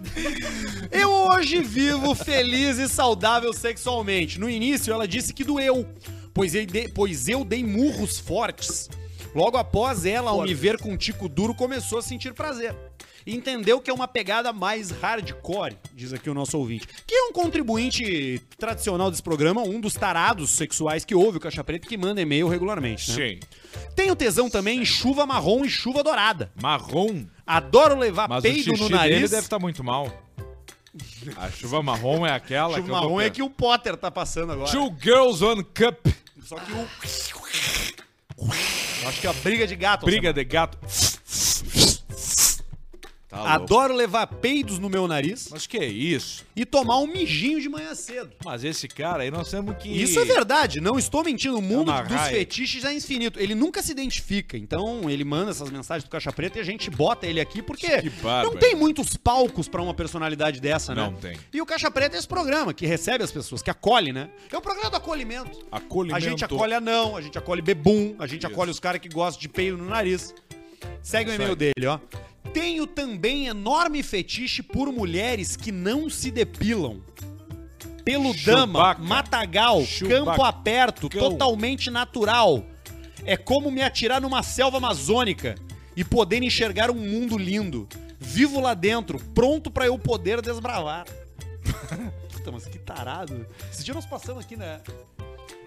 Eu hoje vivo feliz e saudável sexualmente. No início ela disse que doeu, pois eu dei, pois eu dei murros fortes. Logo após ela, ao me ver com um tico duro, começou a sentir prazer. Entendeu que é uma pegada mais hardcore, diz aqui o nosso ouvinte. Que é um contribuinte tradicional desse programa, um dos tarados sexuais que ouve o Caixa Preta e que manda e-mail regularmente. Né? Sim. Tenho tesão também em chuva marrom e chuva dourada. Marrom. Adoro levar Mas o peido xixi no dele nariz. deve tá estar muito mal. A chuva marrom é aquela Chuva eu dou marrom é pé. que o Potter tá passando agora. Two girls, one cup. Só que o. Eu acho que é a briga de gato. Briga de gato. Tá Alô. Adoro levar peidos no meu nariz Mas que é isso? e tomar um mijinho de manhã cedo. Mas esse cara aí nós temos que. Isso é verdade, não estou mentindo. O mundo Tá na dos raia. fetiches é infinito. Ele nunca se identifica, então ele manda essas mensagens do Caixa Preta e a gente bota ele aqui porque Que bárbaro. não tem muitos palcos pra uma personalidade dessa, né? Não tem. E o Caixa Preta é esse programa que recebe as pessoas, que acolhe, né? É um programa do acolhimento. Acolhimento. A gente acolhe anão, a gente acolhe bebum, a gente acolhe os caras que gostam de peio no nariz. Segue o Isso e-mail aí. dele, ó. Tenho também enorme fetiche por mulheres que não se depilam. Peludama, Chewbacca. matagal, Chewbacca. campo aperto, Cão. totalmente natural. É como me atirar numa selva amazônica e poder enxergar um mundo lindo. Vivo lá dentro, pronto pra eu poder desbravar. Puta, mas que tarado. Esse dia nós passamos aqui, né?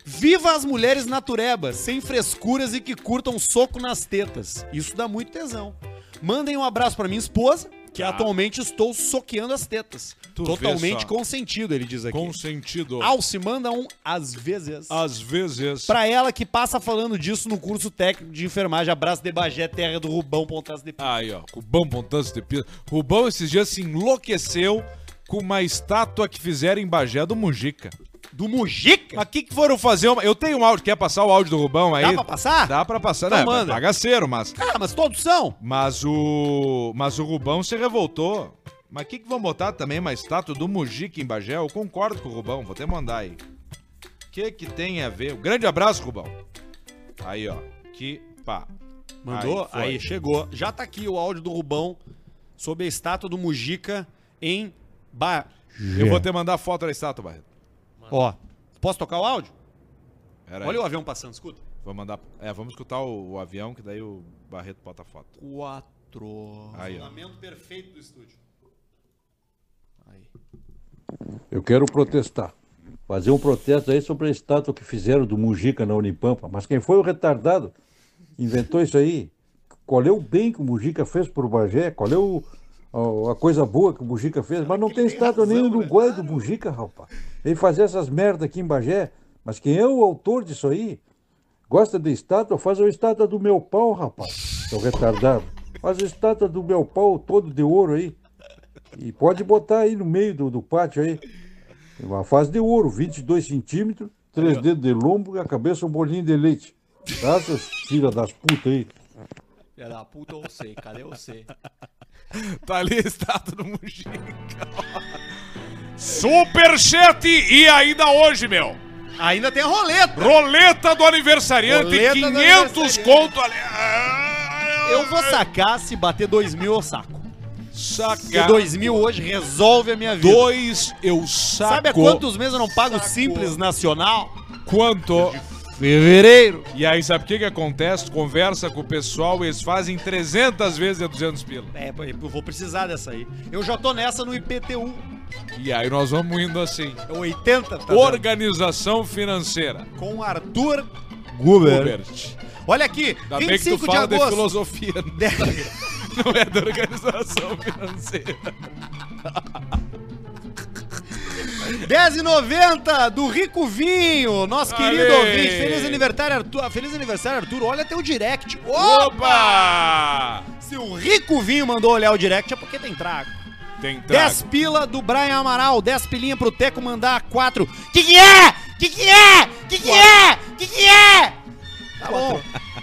Viva as mulheres naturebas, sem frescuras e que curtam soco nas tetas. Isso dá muito tesão. Mandem um abraço pra minha esposa, que Tá. atualmente estou soqueando as tetas. Tu vê Totalmente só. consentido, ele diz aqui. Com sentido. Alce manda um às vezes. Às vezes. Pra ela que passa falando disso no curso técnico de enfermagem. Abraço de Bagé, terra do Rubão, Pontas de P. Aí, ó. Rubão Pontanço de Pisa. Rubão esses dias se enlouqueceu com uma estátua que fizeram em Bagé do Mujica. Do Mujica? Mas o que, que foram fazer? uma- Eu tenho um áudio. Quer passar o áudio do Rubão aí? Dá pra passar? Dá pra passar. Então Não, é manda. bagaceiro, mas. Ah, mas todos são. Mas o. Mas o Rubão se revoltou. Mas o que, que vão botar também uma estátua do Mujica em Bagé? Eu concordo com o Rubão, vou até mandar aí. O que, que tem a ver? Um grande abraço, Rubão. Aí, ó. Que pá. Mandou? foi. Aí, chegou. Já tá aqui o áudio do Rubão sobre a estátua do Mujica em Bar. Eu vou até mandar a foto da estátua, Barreto. Ó, posso tocar o áudio? Pera aí. Olha o avião passando, escuta. Vou mandar. É, vamos escutar o, o avião, que daí o Barreto bota a foto. Quatro. Entrou. Aí, ó. Isolamento perfeito do estúdio. Aí. Eu quero protestar. Fazer um protesto aí sobre a estátua que fizeram do Mujica na Unipampa. Mas quem foi o retardado? Inventou isso aí? Qual é o bem que o Mujica fez pro Bagé? Qual é o, a, a coisa boa que o Mujica fez? Mas não tem estátua nem no Uruguai do Mujica, rapaz. Vem fazer essas merdas aqui em Bagé. Mas quem é o autor disso aí? Gosta de estátua? Faz a estátua do meu pau, rapaz. Seu retardado. Faz a estátua do meu pau todo de ouro aí. E pode botar aí no meio do, do pátio aí. Uma fase de ouro, 22 centímetros, três dedos de lombo e a cabeça um bolinho de leite. Tá, seus filha das putas aí? Filha da puta, eu sei. Cadê você? Tá ali a estátua do Mujica. Superchat e ainda hoje, meu. Ainda tem a roleta. Roleta do aniversariante, Roleta do 500 aniversariante. conto. ali- Ah, Eu vou sacar se bater dois mil, eu saco. Se sacar. dois mil hoje resolve a minha vida. Dois, eu saco. Sabe há quantos meses eu não pago Simples Nacional? Quanto? Fevereiro. E aí, sabe o que que acontece? Tu Conversa com o pessoal, eles fazem 300 vezes a 200 pila. É, eu vou precisar dessa aí. Eu já tô nessa no IPTU. E aí nós vamos indo assim. É 80, tá? dando? Organização financeira. Com Arthur Uber. Olha aqui, Ainda bem que 25 tu de fala de, agosto. filosofia, né? não é da organização financeira. 10,90 do Rico Vinho, nosso Ale. querido ouvinte. Feliz aniversário, Arthur. Feliz aniversário, Arthur. Olha teu direct. Opa! Opa! Se o Rico Vinho mandou olhar o direct é porque tem trago. Tem trago. 10 pila do Brian Amaral, 10 pilinha pro Teco mandar 4. Que que é? Que que é? Que que é? Que que é? Tá bom.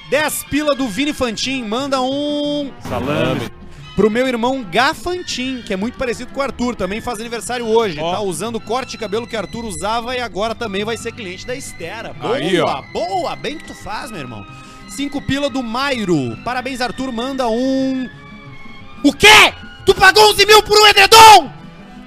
10 pila do Vini Fantin, manda um Salame. pro meu irmão Gafantin, que é muito parecido com o Arthur, também faz aniversário hoje. Ó. Tá usando o corte de cabelo que o Arthur usava e agora também vai ser cliente da Estera. Boa, Aí, ó. boa, bem que tu faz, meu irmão. 5 pila do Mairo. Parabéns, Arthur, manda um. O quê? Tu pagou 11 mil por um edredom?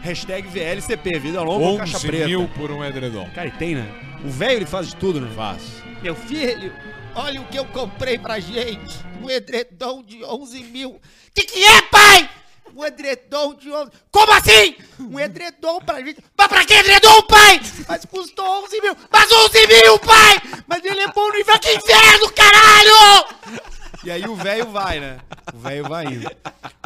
Hashtag VLCP, vida longa ou caixa 11 preta. mil por um edredom. Cara, e tem, né? O velho ele faz de tudo, né? Faz. Meu filho, olha o que eu comprei pra gente. Um edredom de 11 mil. Que que é, pai? Um edredom de 11... Como assim? Um edredom pra gente... Mas pra que edredom, pai? Mas custou 11 mil. Mas 11 mil, pai! Mas ele é bom no inverno. Que inverno, caralho! E aí o velho vai, né? O velho vai indo.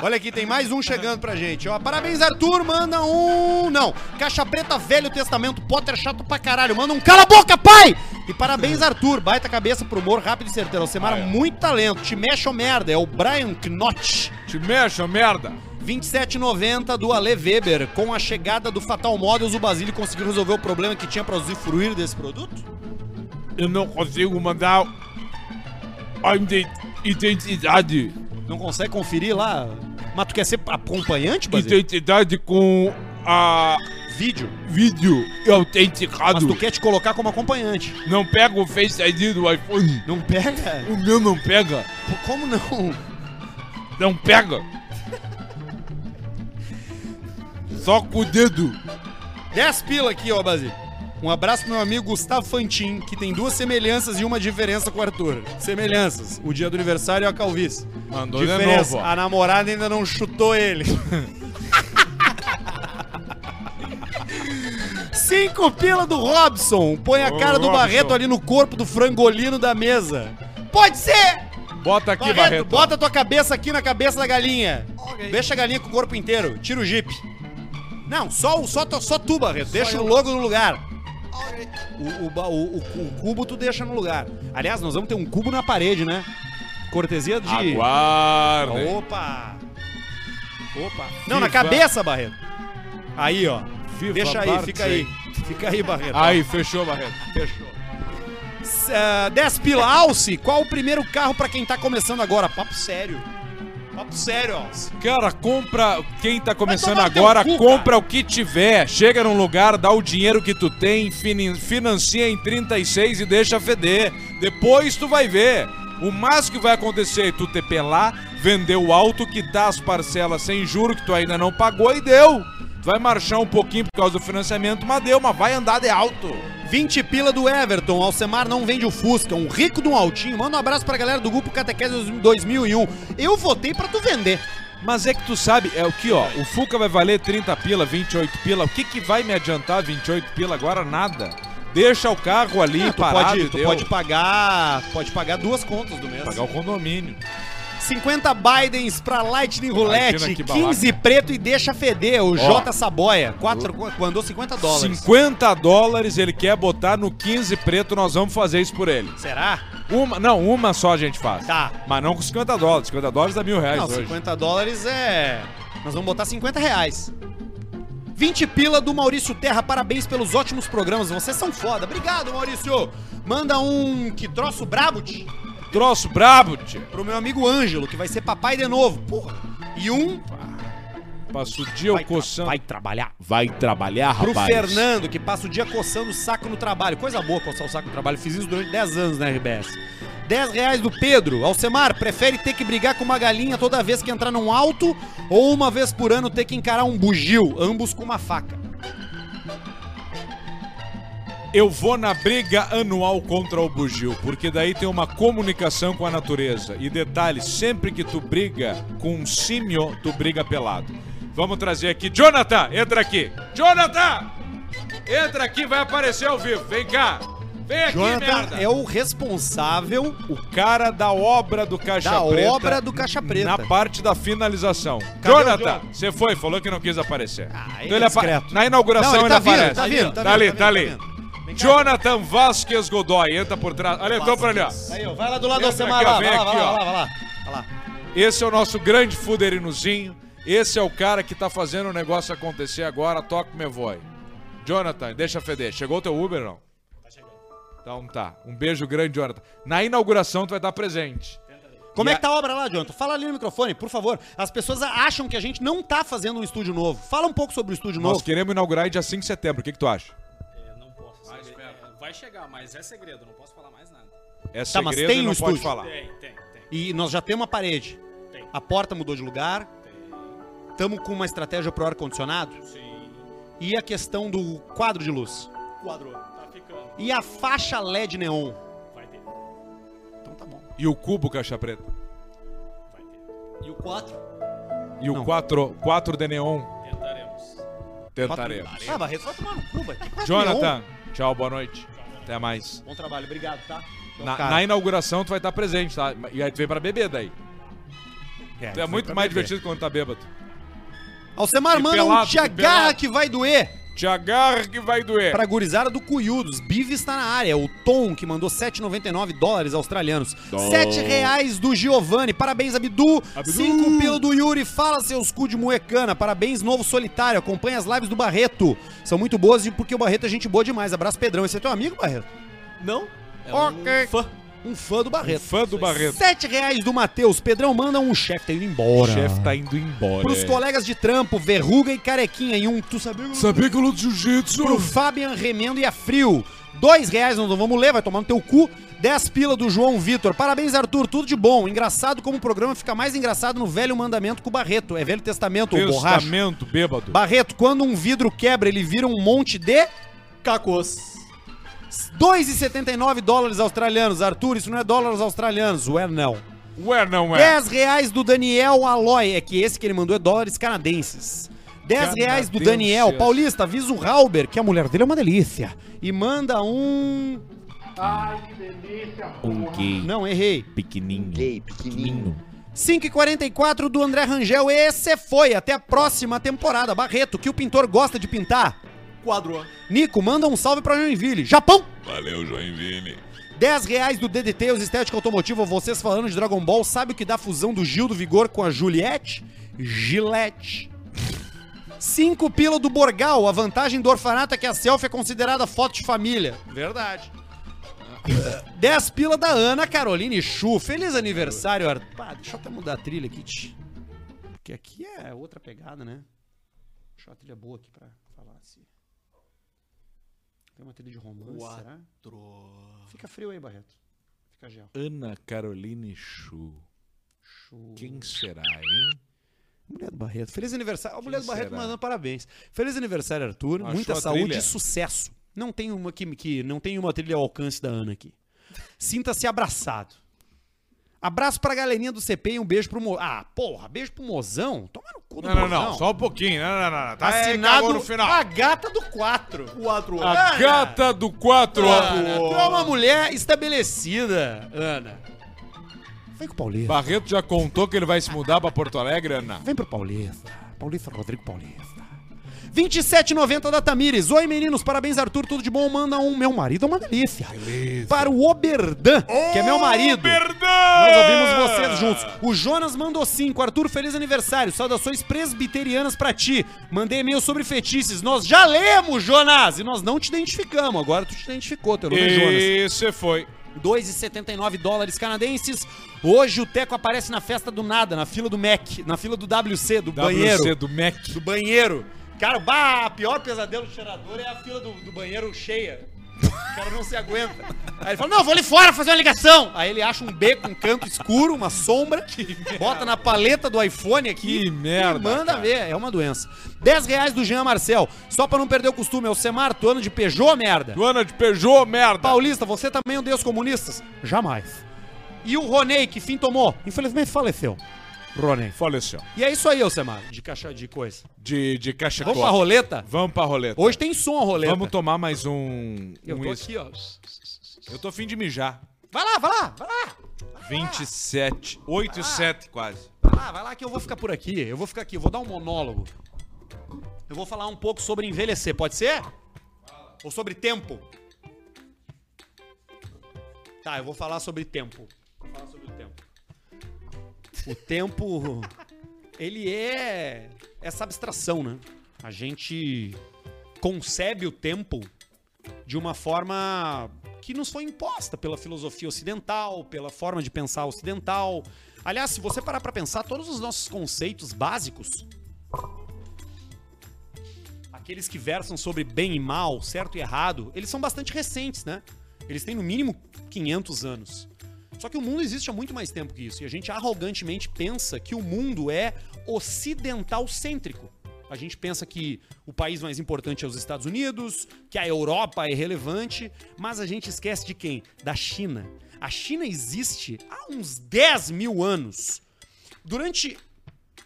Olha aqui, tem mais um chegando pra gente, ó. Parabéns, Arthur, manda um... Não, Caixa Preta, Velho Testamento, Potter chato pra caralho, manda um cala a boca, pai! E parabéns, Arthur, baita cabeça pro humor, rápido e certeiro. Alcemar, muito talento, te mexe ou merda, é o Brian Knott. Te mexa, merda. 27,90 do Ale Weber. Com a chegada do Fatal Models, o Basílio conseguiu resolver o problema que tinha pra usufruir desse produto? Eu não consigo mandar a ide- identidade. Não consegue conferir lá? Mas tu quer ser acompanhante, Basílio? Identidade com a Vídeo. vídeo e Mas autenticado. tu quer te colocar como acompanhante. Não pega o Face ID do iPhone. Não pega? O meu não pega. Pô, Como não? Não pega. Só com o dedo. 10 pila aqui, ó, Basílio. Um abraço pro meu amigo Gustavo Fantin, que tem duas semelhanças e uma diferença com o Arthur. Semelhanças, o dia do aniversário e a calvície. Mandou de diferença, é novo, ó. a namorada ainda não chutou ele. Cinco pila do Robson. Põe a Ô, cara do Robson. Barreto ali no corpo do frangolino da mesa. Pode ser! Bota aqui, Barreto, Barreto. bota tua cabeça aqui na cabeça da galinha. Deixa a galinha com o corpo inteiro. Tira o jipe. Não, só, o- só, tu- só tu, Barreto. deixa o logo no lugar. O, o ba- o- o- o cubo tu deixa no lugar. Aliás, nós vamos ter um cubo na parede, né? Cortesia de. Tá Aguardem. Opa! Opa! Não, na Viva- cabeça, Barreto. Aí, ó. Viva Ah. deixa aí, Bartzen. fica aí. Fica aí, Barreto. Aí, fechou, Barreto. Fechou. 10 pila, ah, Alce, qual o primeiro carro pra quem tá começando agora? Papo sério. Papo sério, Alce. Cara, compra. Quem tá começando tomar no teu agora, cu, compra o que tiver. Chega num lugar, dá o dinheiro que tu tem, fini- financia em 36 e deixa feder. Depois tu vai ver. O máximo que vai acontecer é tu te pelar, vender o alto, quitar as parcelas sem juro que tu ainda não pagou e deu. Tu vai marchar um pouquinho por causa do financiamento, mas deu, mas vai andar de alto. 20 pila do Everton. Alcemar não vende o Fusca. Um rico de um altinho. Manda um abraço pra galera do grupo Catequese 2001. Eu votei pra tu vender. Mas é que tu sabe, é o que, ó, o Fuca vai valer 30 pila, 28 pila. O que que vai me adiantar 28 pila agora? Nada. Deixa o carro ali Ah, tu parado, pode, e tu deu. pode pagar, pode pagar duas contas do mês. pagar o condomínio. 50 Bidens pra Lightning Roulette, Imagina que 15 preto e deixa feder, o J Saboia, 4, mandou 50 dólares. 50 dólares ele quer botar no 15 preto, nós vamos fazer isso por ele. Será? Uma, não, uma só a gente faz. Tá. Mas não com 50 dólares. 50 dólares dá mil reais Não, hoje. 50 dólares é... Nós vamos botar 50 reais. 20 pila do Maurício Terra, parabéns pelos ótimos programas, vocês são foda. Obrigado, Maurício. Manda um que troço brabo tch, Troço brabo, tio. pro meu amigo Ângelo, que vai ser papai de novo. Porra. E um Passa o dia eu tra- coçando. vai trabalhar. Vai trabalhar, Pro Fernando, que passa o dia coçando o saco no trabalho. Coisa boa coçar o saco no trabalho. Fiz isso durante 10 anos na RBS. 10 reais do Pedro. Alcemar, prefere ter que brigar com uma galinha toda vez que entrar num alto ou uma vez por ano ter que encarar um bugio, ambos com uma faca? Eu vou na briga anual contra o bugio, porque daí tem uma comunicação com a natureza. E detalhe, sempre que tu briga com um símio, tu briga pelado. Vamos trazer aqui. Jonathan, entra aqui. Jonathan! Entra aqui, vai aparecer ao vivo. Vem cá. Vem aqui, Jonathan merda. é o responsável o cara da obra do Caixa da Preta. obra do Caixa Preta. Na parte da finalização. Cadê o Jonathan, Jonathan? você foi, falou que não quis aparecer. Ah, ele então é ele apa- discreto. Na inauguração Não, ele ele, tá vindo, aparece. tá vindo, tá tá, vindo, ali, tá tá ali. vindo, tá Jonathan Vasquez Godoy entra por trás. Olha, entrou pra ali, ó. Aí, ó, vai lá do lado do Entra Alcemar. aqui, ó, Lá, vem vai, lá, vai, aqui, lá, ó. vai, lá, vai lá, vai lá. Esse é o nosso grande fuderinozinho. Esse é o cara que tá fazendo o negócio acontecer agora. Toca meu voz. Jonathan, deixa feder. Chegou o teu Uber, não? Tá chegando. Então tá. Um beijo grande, Jonathan. Na inauguração tu vai estar presente. Como E é que tá a obra lá, Jonathan? Fala ali no microfone, por favor. As pessoas acham que a gente não tá fazendo um estúdio novo. Fala um pouco sobre o estúdio Nós novo. queremos inaugurar em dia 5 de setembro. O que, que tu acha? não posso. vai chegar, mas é segredo, não posso falar mais nada. É Tá, mas segredo tem e um não pode estúdio. falar. Tem, tem, tem. E nós já temos uma parede. Tem. A porta mudou de lugar. Estamos com uma estratégia pro ar-condicionado. Sim. E a questão do quadro de luz. Quadrou. Tá ficando. E a faixa LED neon. Vai ter. Então tá bom. E o cubo caixa preta. Vai ter. E o 4? E Não. o 4 quatro de neon. Tentaremos. Tentaremos. Ah, Barreto, vai tomar no cu, vai. Que quadro neon? Jonathan, tchau, boa noite. Até mais. Bom trabalho, obrigado, tá? Então, Na, cara, na inauguração tu vai estar presente, tá? E aí tu vem pra beber daí. é, É foi muito pra mais beber. divertido quando tá bêbado. Alcemar, E manda um pelado, te e agarra pelado. que vai doer. Te agarra que vai doer. Pra gurizada do Cuiudos, Bive está tá na área. O Tom, que mandou 7,99 dólares australianos. R$ 7 reais do Giovanni. Parabéns, Abdu. 5 pila do Yuri. Fala, seus cu de moecana. Parabéns, novo solitário. Acompanha as lives do Barreto. São muito boas e porque o Barreto é gente boa demais. Abraço, Pedrão. Esse é teu amigo, Barreto? Não? É Ok. um fã. Um fã do Barreto. Fã do Barreto. 7 reais do Matheus. Pedrão, manda um chefe. Tá indo O embora. chefe tá indo embora. Pros colegas de trampo, verruga e carequinha. E um, tu sabia que eu Sabia que eu luto jiu-jitsu? pro Fabian Remendo e a Frio. Dois reais, não vamos ler, vai tomar no teu cu. 10 pila do João Vitor. Parabéns, Arthur, tudo de bom. Engraçado como o programa fica mais engraçado no Velho Mandamento com o Barreto. É Velho Testamento, ou borracha. Testamento bêbado. Barreto, quando um vidro quebra, ele vira um monte de... Cacos. 2,79 dólares australianos. Arthur, isso não é dólares australianos. Ué, não. Ué, não é? 10 reais do Daniel Aloy. É que esse que ele mandou é dólares canadenses. 10 reais do Daniel. Canadenses. Paulista, avisa o Halber, que a mulher dele é uma delícia. E manda um. Um gay Não, errei. pequenininho. Gay, pequenininho. 5,44 do André Rangel. Esse foi. Até a próxima temporada. Barreto, que o pintor gosta de pintar. Quadro. Nico, manda um salve pra Joinville. Japão! Valeu, Joinville. 10 reais do DDT, os Estética Automotiva, vocês falando de Dragon Ball, sabe o que dá a fusão do Gil do Vigor com a Juliette? Gillette. 5 pila do Borgal, a vantagem do orfanato é que a selfie é considerada foto de família. Verdade. 10 pila da Ana Caroline Chu, feliz aniversário, Ar... Pá, deixa eu até mudar a trilha aqui, tch. porque aqui é outra pegada, né? Deixa eu a trilha boa aqui pra falar assim. Tem uma trilha de romance, será? Fica frio aí, Barreto. Fica gel. Ana Caroline Chu. Show. Quem será, hein? Mulher do Barreto. Feliz aniversário. A mulher do Barreto será? mandando parabéns. Feliz aniversário, Arthur. Achou Muita a saúde trilha? e sucesso. Não tem uma que, que não tem uma trilha ao alcance da Ana aqui. Sinta-se abraçado. Abraço pra galerinha do CP e um beijo pro Mo... Ah, porra, beijo pro Mozão? Toma no cu do Não, não, Mozão. não. Só um pouquinho. Não, não, não. não. Tá Assinado acabou no final. a gata do 4. Quatro. É. A gata do 4. Ana, tu é uma mulher estabelecida, Ana. Vem com o Paulista. Barreto já contou que ele vai se mudar pra Porto Alegre, Ana? Vem pro Paulista. Paulista Rodrigo Paulista. 27,90 da Tamires. Oi, meninos. Parabéns, Arthur. Tudo de bom? Manda um. Meu marido é uma delícia. Para o Oberdan, que é meu marido. Nós ouvimos vocês juntos. O Jonas mandou cinco. Arthur, feliz aniversário. Saudações presbiterianas pra ti. Mandei e-mail sobre fetiches. Nós já lemos, Jonas! E nós não te identificamos. Agora tu te identificou, teu nome é Jonas. E você foi. 2,79 dólares canadenses. Hoje o Teco aparece na festa do nada, na fila do Mac, na fila do WC, do banheiro. WC do Mac. Do banheiro. Cara, bah, a pior pesadelo do cheirador é a fila do, do banheiro cheia. O cara não se aguenta. Aí ele fala: Não, vou ali fora fazer uma ligação. Aí ele acha um beco, um canto escuro, uma sombra, bota na paleta do iPhone aqui. Que merda, E manda ver, é uma doença. 10 reais do Jean Marcel. Só pra não perder o costume, é o Semar, tu ano de Peugeot, merda. Joana de Peugeot, merda. Paulista, você também é odeia os comunistas? Jamais. E o Ronei, que fim tomou? Infelizmente faleceu. Ronei. Faleceu. E é isso aí, Alcemar, de caixa de coisa. De, de caixa Vamos cor. pra roleta? Vamos pra roleta. Hoje tem som a roleta. Vamos tomar mais um. Eu um tô isso. aqui, ó. Eu tô fim de mijar. Vai lá, vai lá, vai lá. 27. 8 e 7 quase. Vai lá, Ah, vai lá que eu vou ficar por aqui. Eu vou ficar aqui, eu vou dar um monólogo. Eu vou falar um pouco sobre envelhecer, pode ser? Ou sobre tempo? Tá, eu vou falar sobre tempo. Vou falar sobre o tempo. O tempo, ele é essa abstração, né? A gente concebe o tempo de uma forma que nos foi imposta pela filosofia ocidental, pela forma de pensar ocidental. Aliás, se você parar pra pensar, todos os nossos conceitos básicos, aqueles que versam sobre bem e mal, certo e errado, eles são bastante recentes, né? Eles têm no mínimo 500 anos. Só que o mundo existe há muito mais tempo que isso, e a gente arrogantemente pensa que o mundo é ocidental cêntrico. A gente pensa que o país mais importante é os Estados Unidos, que a Europa é relevante, mas a gente esquece de quem? Da China. A China existe há uns 10 mil anos. Durante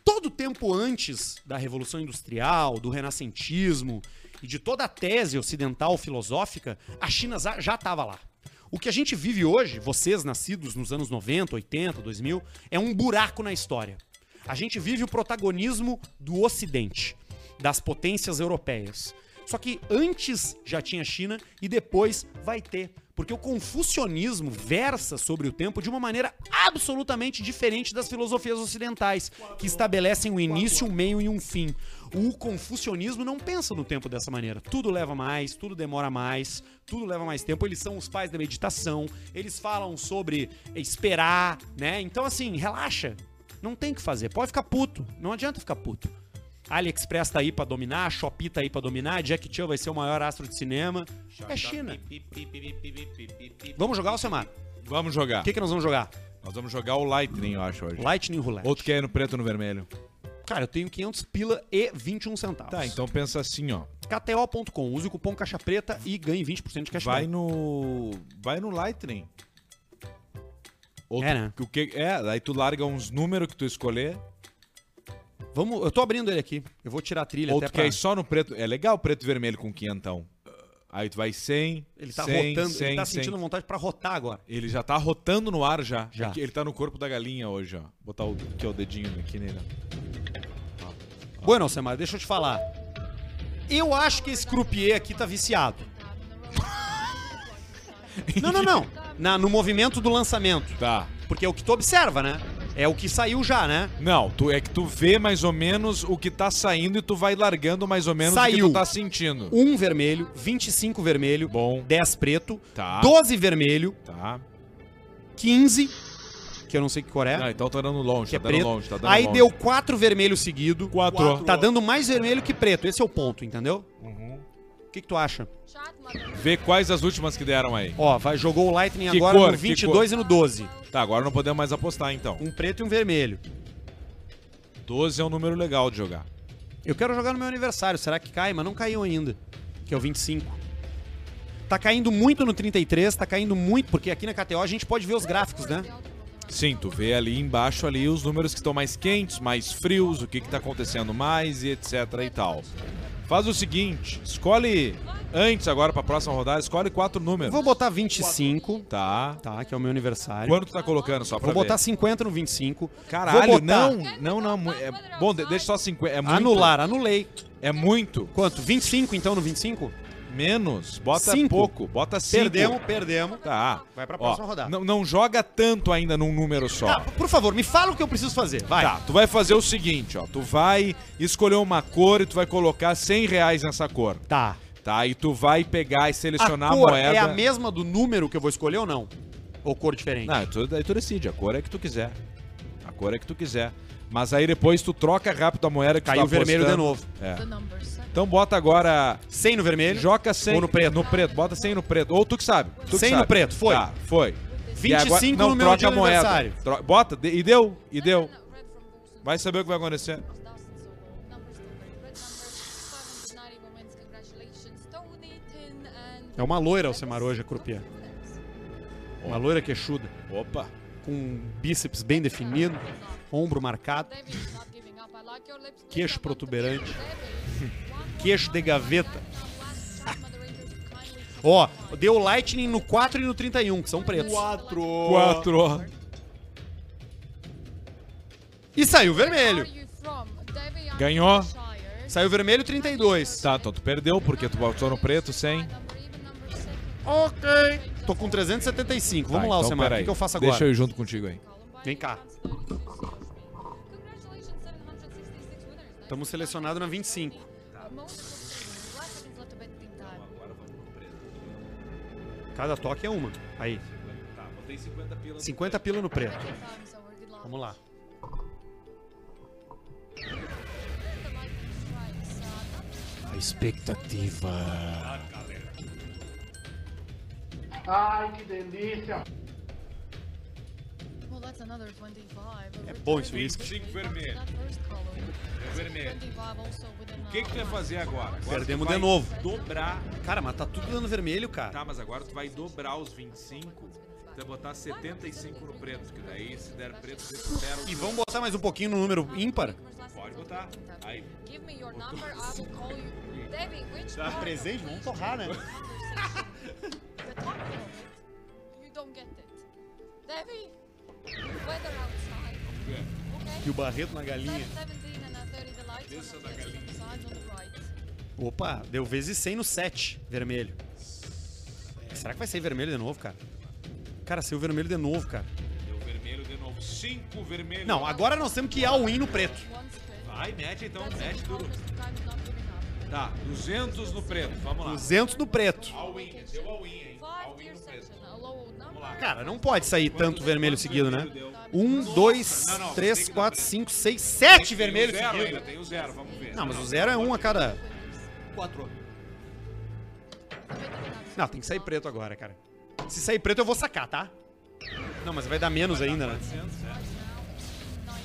todo o tempo antes da Revolução Industrial, do Renascentismo e de toda a tese ocidental filosófica, a China za- já estava lá. O que a gente vive hoje, vocês nascidos nos anos 90, 80, 2000, é um buraco na história. A gente vive o protagonismo do Ocidente, das potências europeias. Só que antes já tinha China e depois vai ter. Porque o confucionismo versa sobre o tempo de uma maneira absolutamente diferente das filosofias ocidentais, que estabelecem um início, um meio e um fim. O confucionismo não pensa no tempo dessa maneira. Tudo leva mais, tudo demora mais, tudo leva mais tempo. Eles são os pais da meditação, eles falam sobre esperar, né? Então, assim, relaxa. Não tem o que fazer. Pode ficar puto. Não adianta ficar puto. AliExpress tá aí pra dominar, Shopee tá aí pra dominar, Jack Chan vai ser o maior astro de cinema. É China. Vamos jogar, Alcemar? Vamos jogar. O que, que nós vamos jogar? Nós vamos jogar o Lightning, eu acho, hoje. Lightning Tá, Roulette. Outro que é no preto e no vermelho. Cara, eu tenho 500 pila e 21 centavos. Tá, então pensa assim, ó. KTO.com. Use o cupom Caixa Preta e ganhe 20% de cashback. Vai no. Vai no Lightning. É, né? O que, é, aí tu larga uns números que tu escolher. Vamos, eu tô abrindo ele aqui. Eu vou tirar a trilha Ou até tu pra... quer ir só no preto. É legal preto e vermelho com quinhentão. Aí tu vai 100. Ele tá 100, rotando, 100, ele tá 100. sentindo vontade pra rotar agora. Ele já tá rotando no ar já. Já. É que Ele tá no corpo da galinha hoje, ó. Botar o, que é o dedinho aqui nele. ó. Bueno, Alcemar, deixa eu te falar. Eu acho que esse croupier aqui tá viciado. não, não, não. Na- no movimento do lançamento. Tá. Porque é o que tu observa, né? É o que saiu já, né? Não, tu, é que tu vê mais ou menos o que tá saindo e tu vai largando mais ou menos o que Saiu. tu tá sentindo. Um vermelho, 25 vermelho, Bom. 10 preto, Tá. 12 vermelho, Tá. 15, que eu não sei que cor é, Não, então tá dando longe, que é tá preto. dando longe, tá dando Aí longe. deu 4 vermelho seguido. Quatro. Tá dando mais vermelho que preto. Esse é o ponto, entendeu? Uhum. O que, que tu acha? Vê quais as últimas que deram aí. Ó, vai, jogou o Lightning Que agora cor, no que 22 e no 12. Tá, agora não podemos mais apostar então. Um preto e um vermelho. 12 é um número legal de jogar. Eu quero jogar no meu aniversário. Será que cai? Mas não caiu ainda. Que é o 25. Tá caindo muito no 33, tá caindo muito, porque aqui na KTO a gente pode ver os gráficos, né? Sim, tu vê ali embaixo ali os números que estão mais quentes, mais frios, o que que tá acontecendo mais e etc e tal. Faz o seguinte, escolhe antes agora para a próxima rodada, escolhe quatro números. Vou botar 25. Tá. Tá, que é o meu aniversário. Quanto tu tá colocando só pra Vou ver? botar 50 no 25. Caralho, Vou botar- não, não, não. mu- é- bom, de- deixa só 50. É muito, Anular, anulei. É muito. Quanto? 25 então no 25? Menos. Bota Cinco. pouco. Bota 5. Perdemos, perdemos. Tá. Vai pra Ó, próxima rodada. Não, não joga tanto ainda num número só. Tá, por favor, me fala o que eu preciso fazer. Vai. Tá, tu vai fazer o seguinte, ó. Tu vai escolher uma cor e tu vai colocar 100 reais nessa cor. Tá. Tá, e tu vai pegar e selecionar a, a cor moeda. é a mesma do número que eu vou escolher ou não? Ou cor diferente? Não, tu, daí tu decide, a cor é que tu quiser. A cor é que tu quiser. Mas aí depois tu troca rápido a moeda que Caiu tu tá vermelho apostando. de novo. É. Então bota agora 100 no vermelho. Joca 100 Ou no preto? No preto, bota 100 no preto. Ou tu que sabe. Tu que 100 no sabe. preto, foi. Tá, foi. 25 não, no meu troca dia a de moeda. aniversário. Tro- Bota, de- e deu, e deu. Vai saber o que vai acontecer. É uma loira o Semaroja, Crupier. Uma loira queixuda. Opa. Com um bíceps bem definido, ombro marcado, queixo protuberante, queixo de gaveta. Ó, deu Lightning no 4 e no 31, que são pretos. Quatro. 4. E saiu vermelho. Ganhou. Saiu vermelho 32. Tá, então tu perdeu porque tu botou no preto 100. Ok. Tô com 375. Vamos Tá, lá, então, Alcemar. O peraí. que que eu faço agora? Deixa eu ir junto contigo aí. Vem cá. Estamos selecionados na 25. Cada toque é uma. Aí. 50 pila no preto. Vamos lá. A expectativa. É bom esse whisky. Cinco vermelho. É vermelho. O O que, que tu vai fazer agora? agora Perdemos tu vai de novo. Dobrar. Cara, mas tá tudo dando vermelho, cara. Tá, mas agora tu vai dobrar os 25. Tu vai botar 75 no preto, que daí se der preto, você supera o E vamos botar mais um pouquinho no número ímpar? Pode botar. Aí. Tá presente? Vamos torrar, né? E o Barreto na galinha. Opa, deu vezes 100 no 7, vermelho. É, Será que vai sair vermelho de novo, cara? Cara, saiu vermelho de novo, cara. Deu vermelho de novo. 5 vermelho. Não, agora nós temos que ir ao in no preto. Vai, mete então, mete tudo. Tá, 200 no preto, vamos lá. 200 no preto. All-in, deu all-in, hein? All-in no preto. Cara, não pode sair tanto vermelho seguido, né? 1, 2, Não, não, 3, 4, 5, 6, 7 vermelhos Tem o zero seguidos. ainda, tem o zero, vamos ver. Não, mas o zero é um a cada. Quatro. Não, tem que sair preto agora, cara. Se sair preto, eu vou sacar, tá? Não, mas vai dar menos ainda, né? 400, né?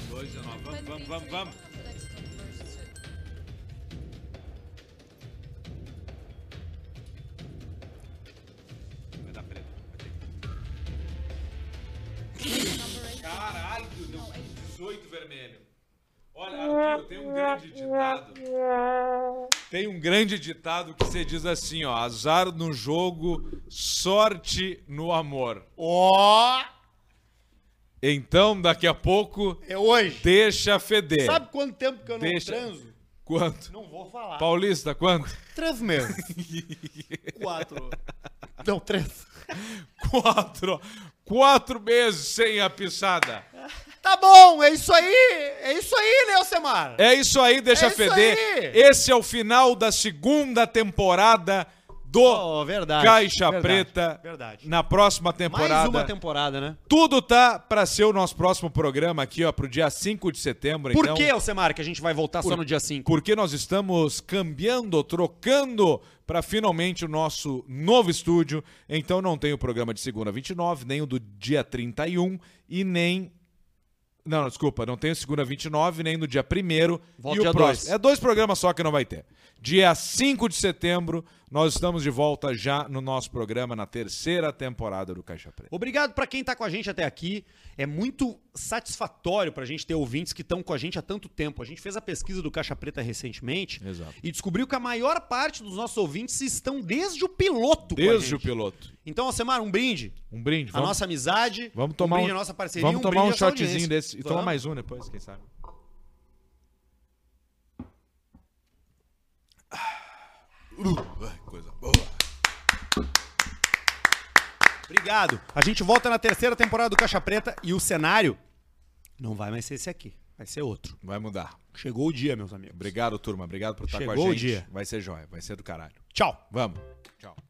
2, 19, vamos, vamos, vamos, vamos. Vai dar preto. Caralho, deu 18 vermelho. Olha, Arthur, tem um grande ditado. Tem um grande ditado que você diz assim, ó. Azar no jogo, sorte no amor. Ó! Então, daqui a pouco, É hoje! deixa feder. Sabe quanto tempo que eu não Deixa. transo? Quanto? Não vou falar. Paulista, quanto? Três meses. Quatro. não, três. Quatro. Quatro meses sem a pisada. Tá bom, é isso aí! É isso aí, Leocemar! É isso aí, deixa É isso feder. aí. Esse é o final da segunda temporada do Oh, verdade. Caixa verdade, Preta. Verdade. Na próxima Mais temporada. uma temporada, né? Tudo tá pra ser o nosso próximo programa aqui, ó, pro dia 5 de setembro. Por então, que, Alcemar, que a gente vai voltar só Por- no dia 5? Porque nós estamos cambiando, trocando pra finalmente o nosso novo estúdio. Então não tem o programa de segunda 29, nem o do dia 31 e nem. Não, não, desculpa, não tem o segunda 29, nem no dia 1 Volta e o dia próximo. dois. É dois programas só que não vai ter. Dia 5 de setembro, Nós estamos de volta já no nosso programa, na terceira temporada do Caixa Preta. Obrigado para quem tá com a gente até aqui. É muito satisfatório pra gente ter ouvintes que estão com a gente há tanto tempo. A gente fez a pesquisa do Caixa Preta recentemente Exato. e descobriu que a maior parte dos nossos ouvintes estão desde o piloto com a Desde o gente. piloto. Então, Alcemar, um brinde. Um brinde. A nossa amizade, vamos tomar um brinde um- à nossa parceria, Vamos um tomar brinde um à sua shotzinho audiência. desse. E toma Vamos. mais um depois, quem sabe. Uh, ai, coisa boa. Obrigado. A gente volta na terceira temporada do Caixa Preta e o cenário não vai mais ser esse aqui. Vai ser outro. Vai mudar. Chegou o dia, meus amigos. Obrigado, turma. Obrigado por estar com a Chegou o gente. dia. Vai ser jóia. Vai ser do caralho. Tchau. Vamos. Tchau.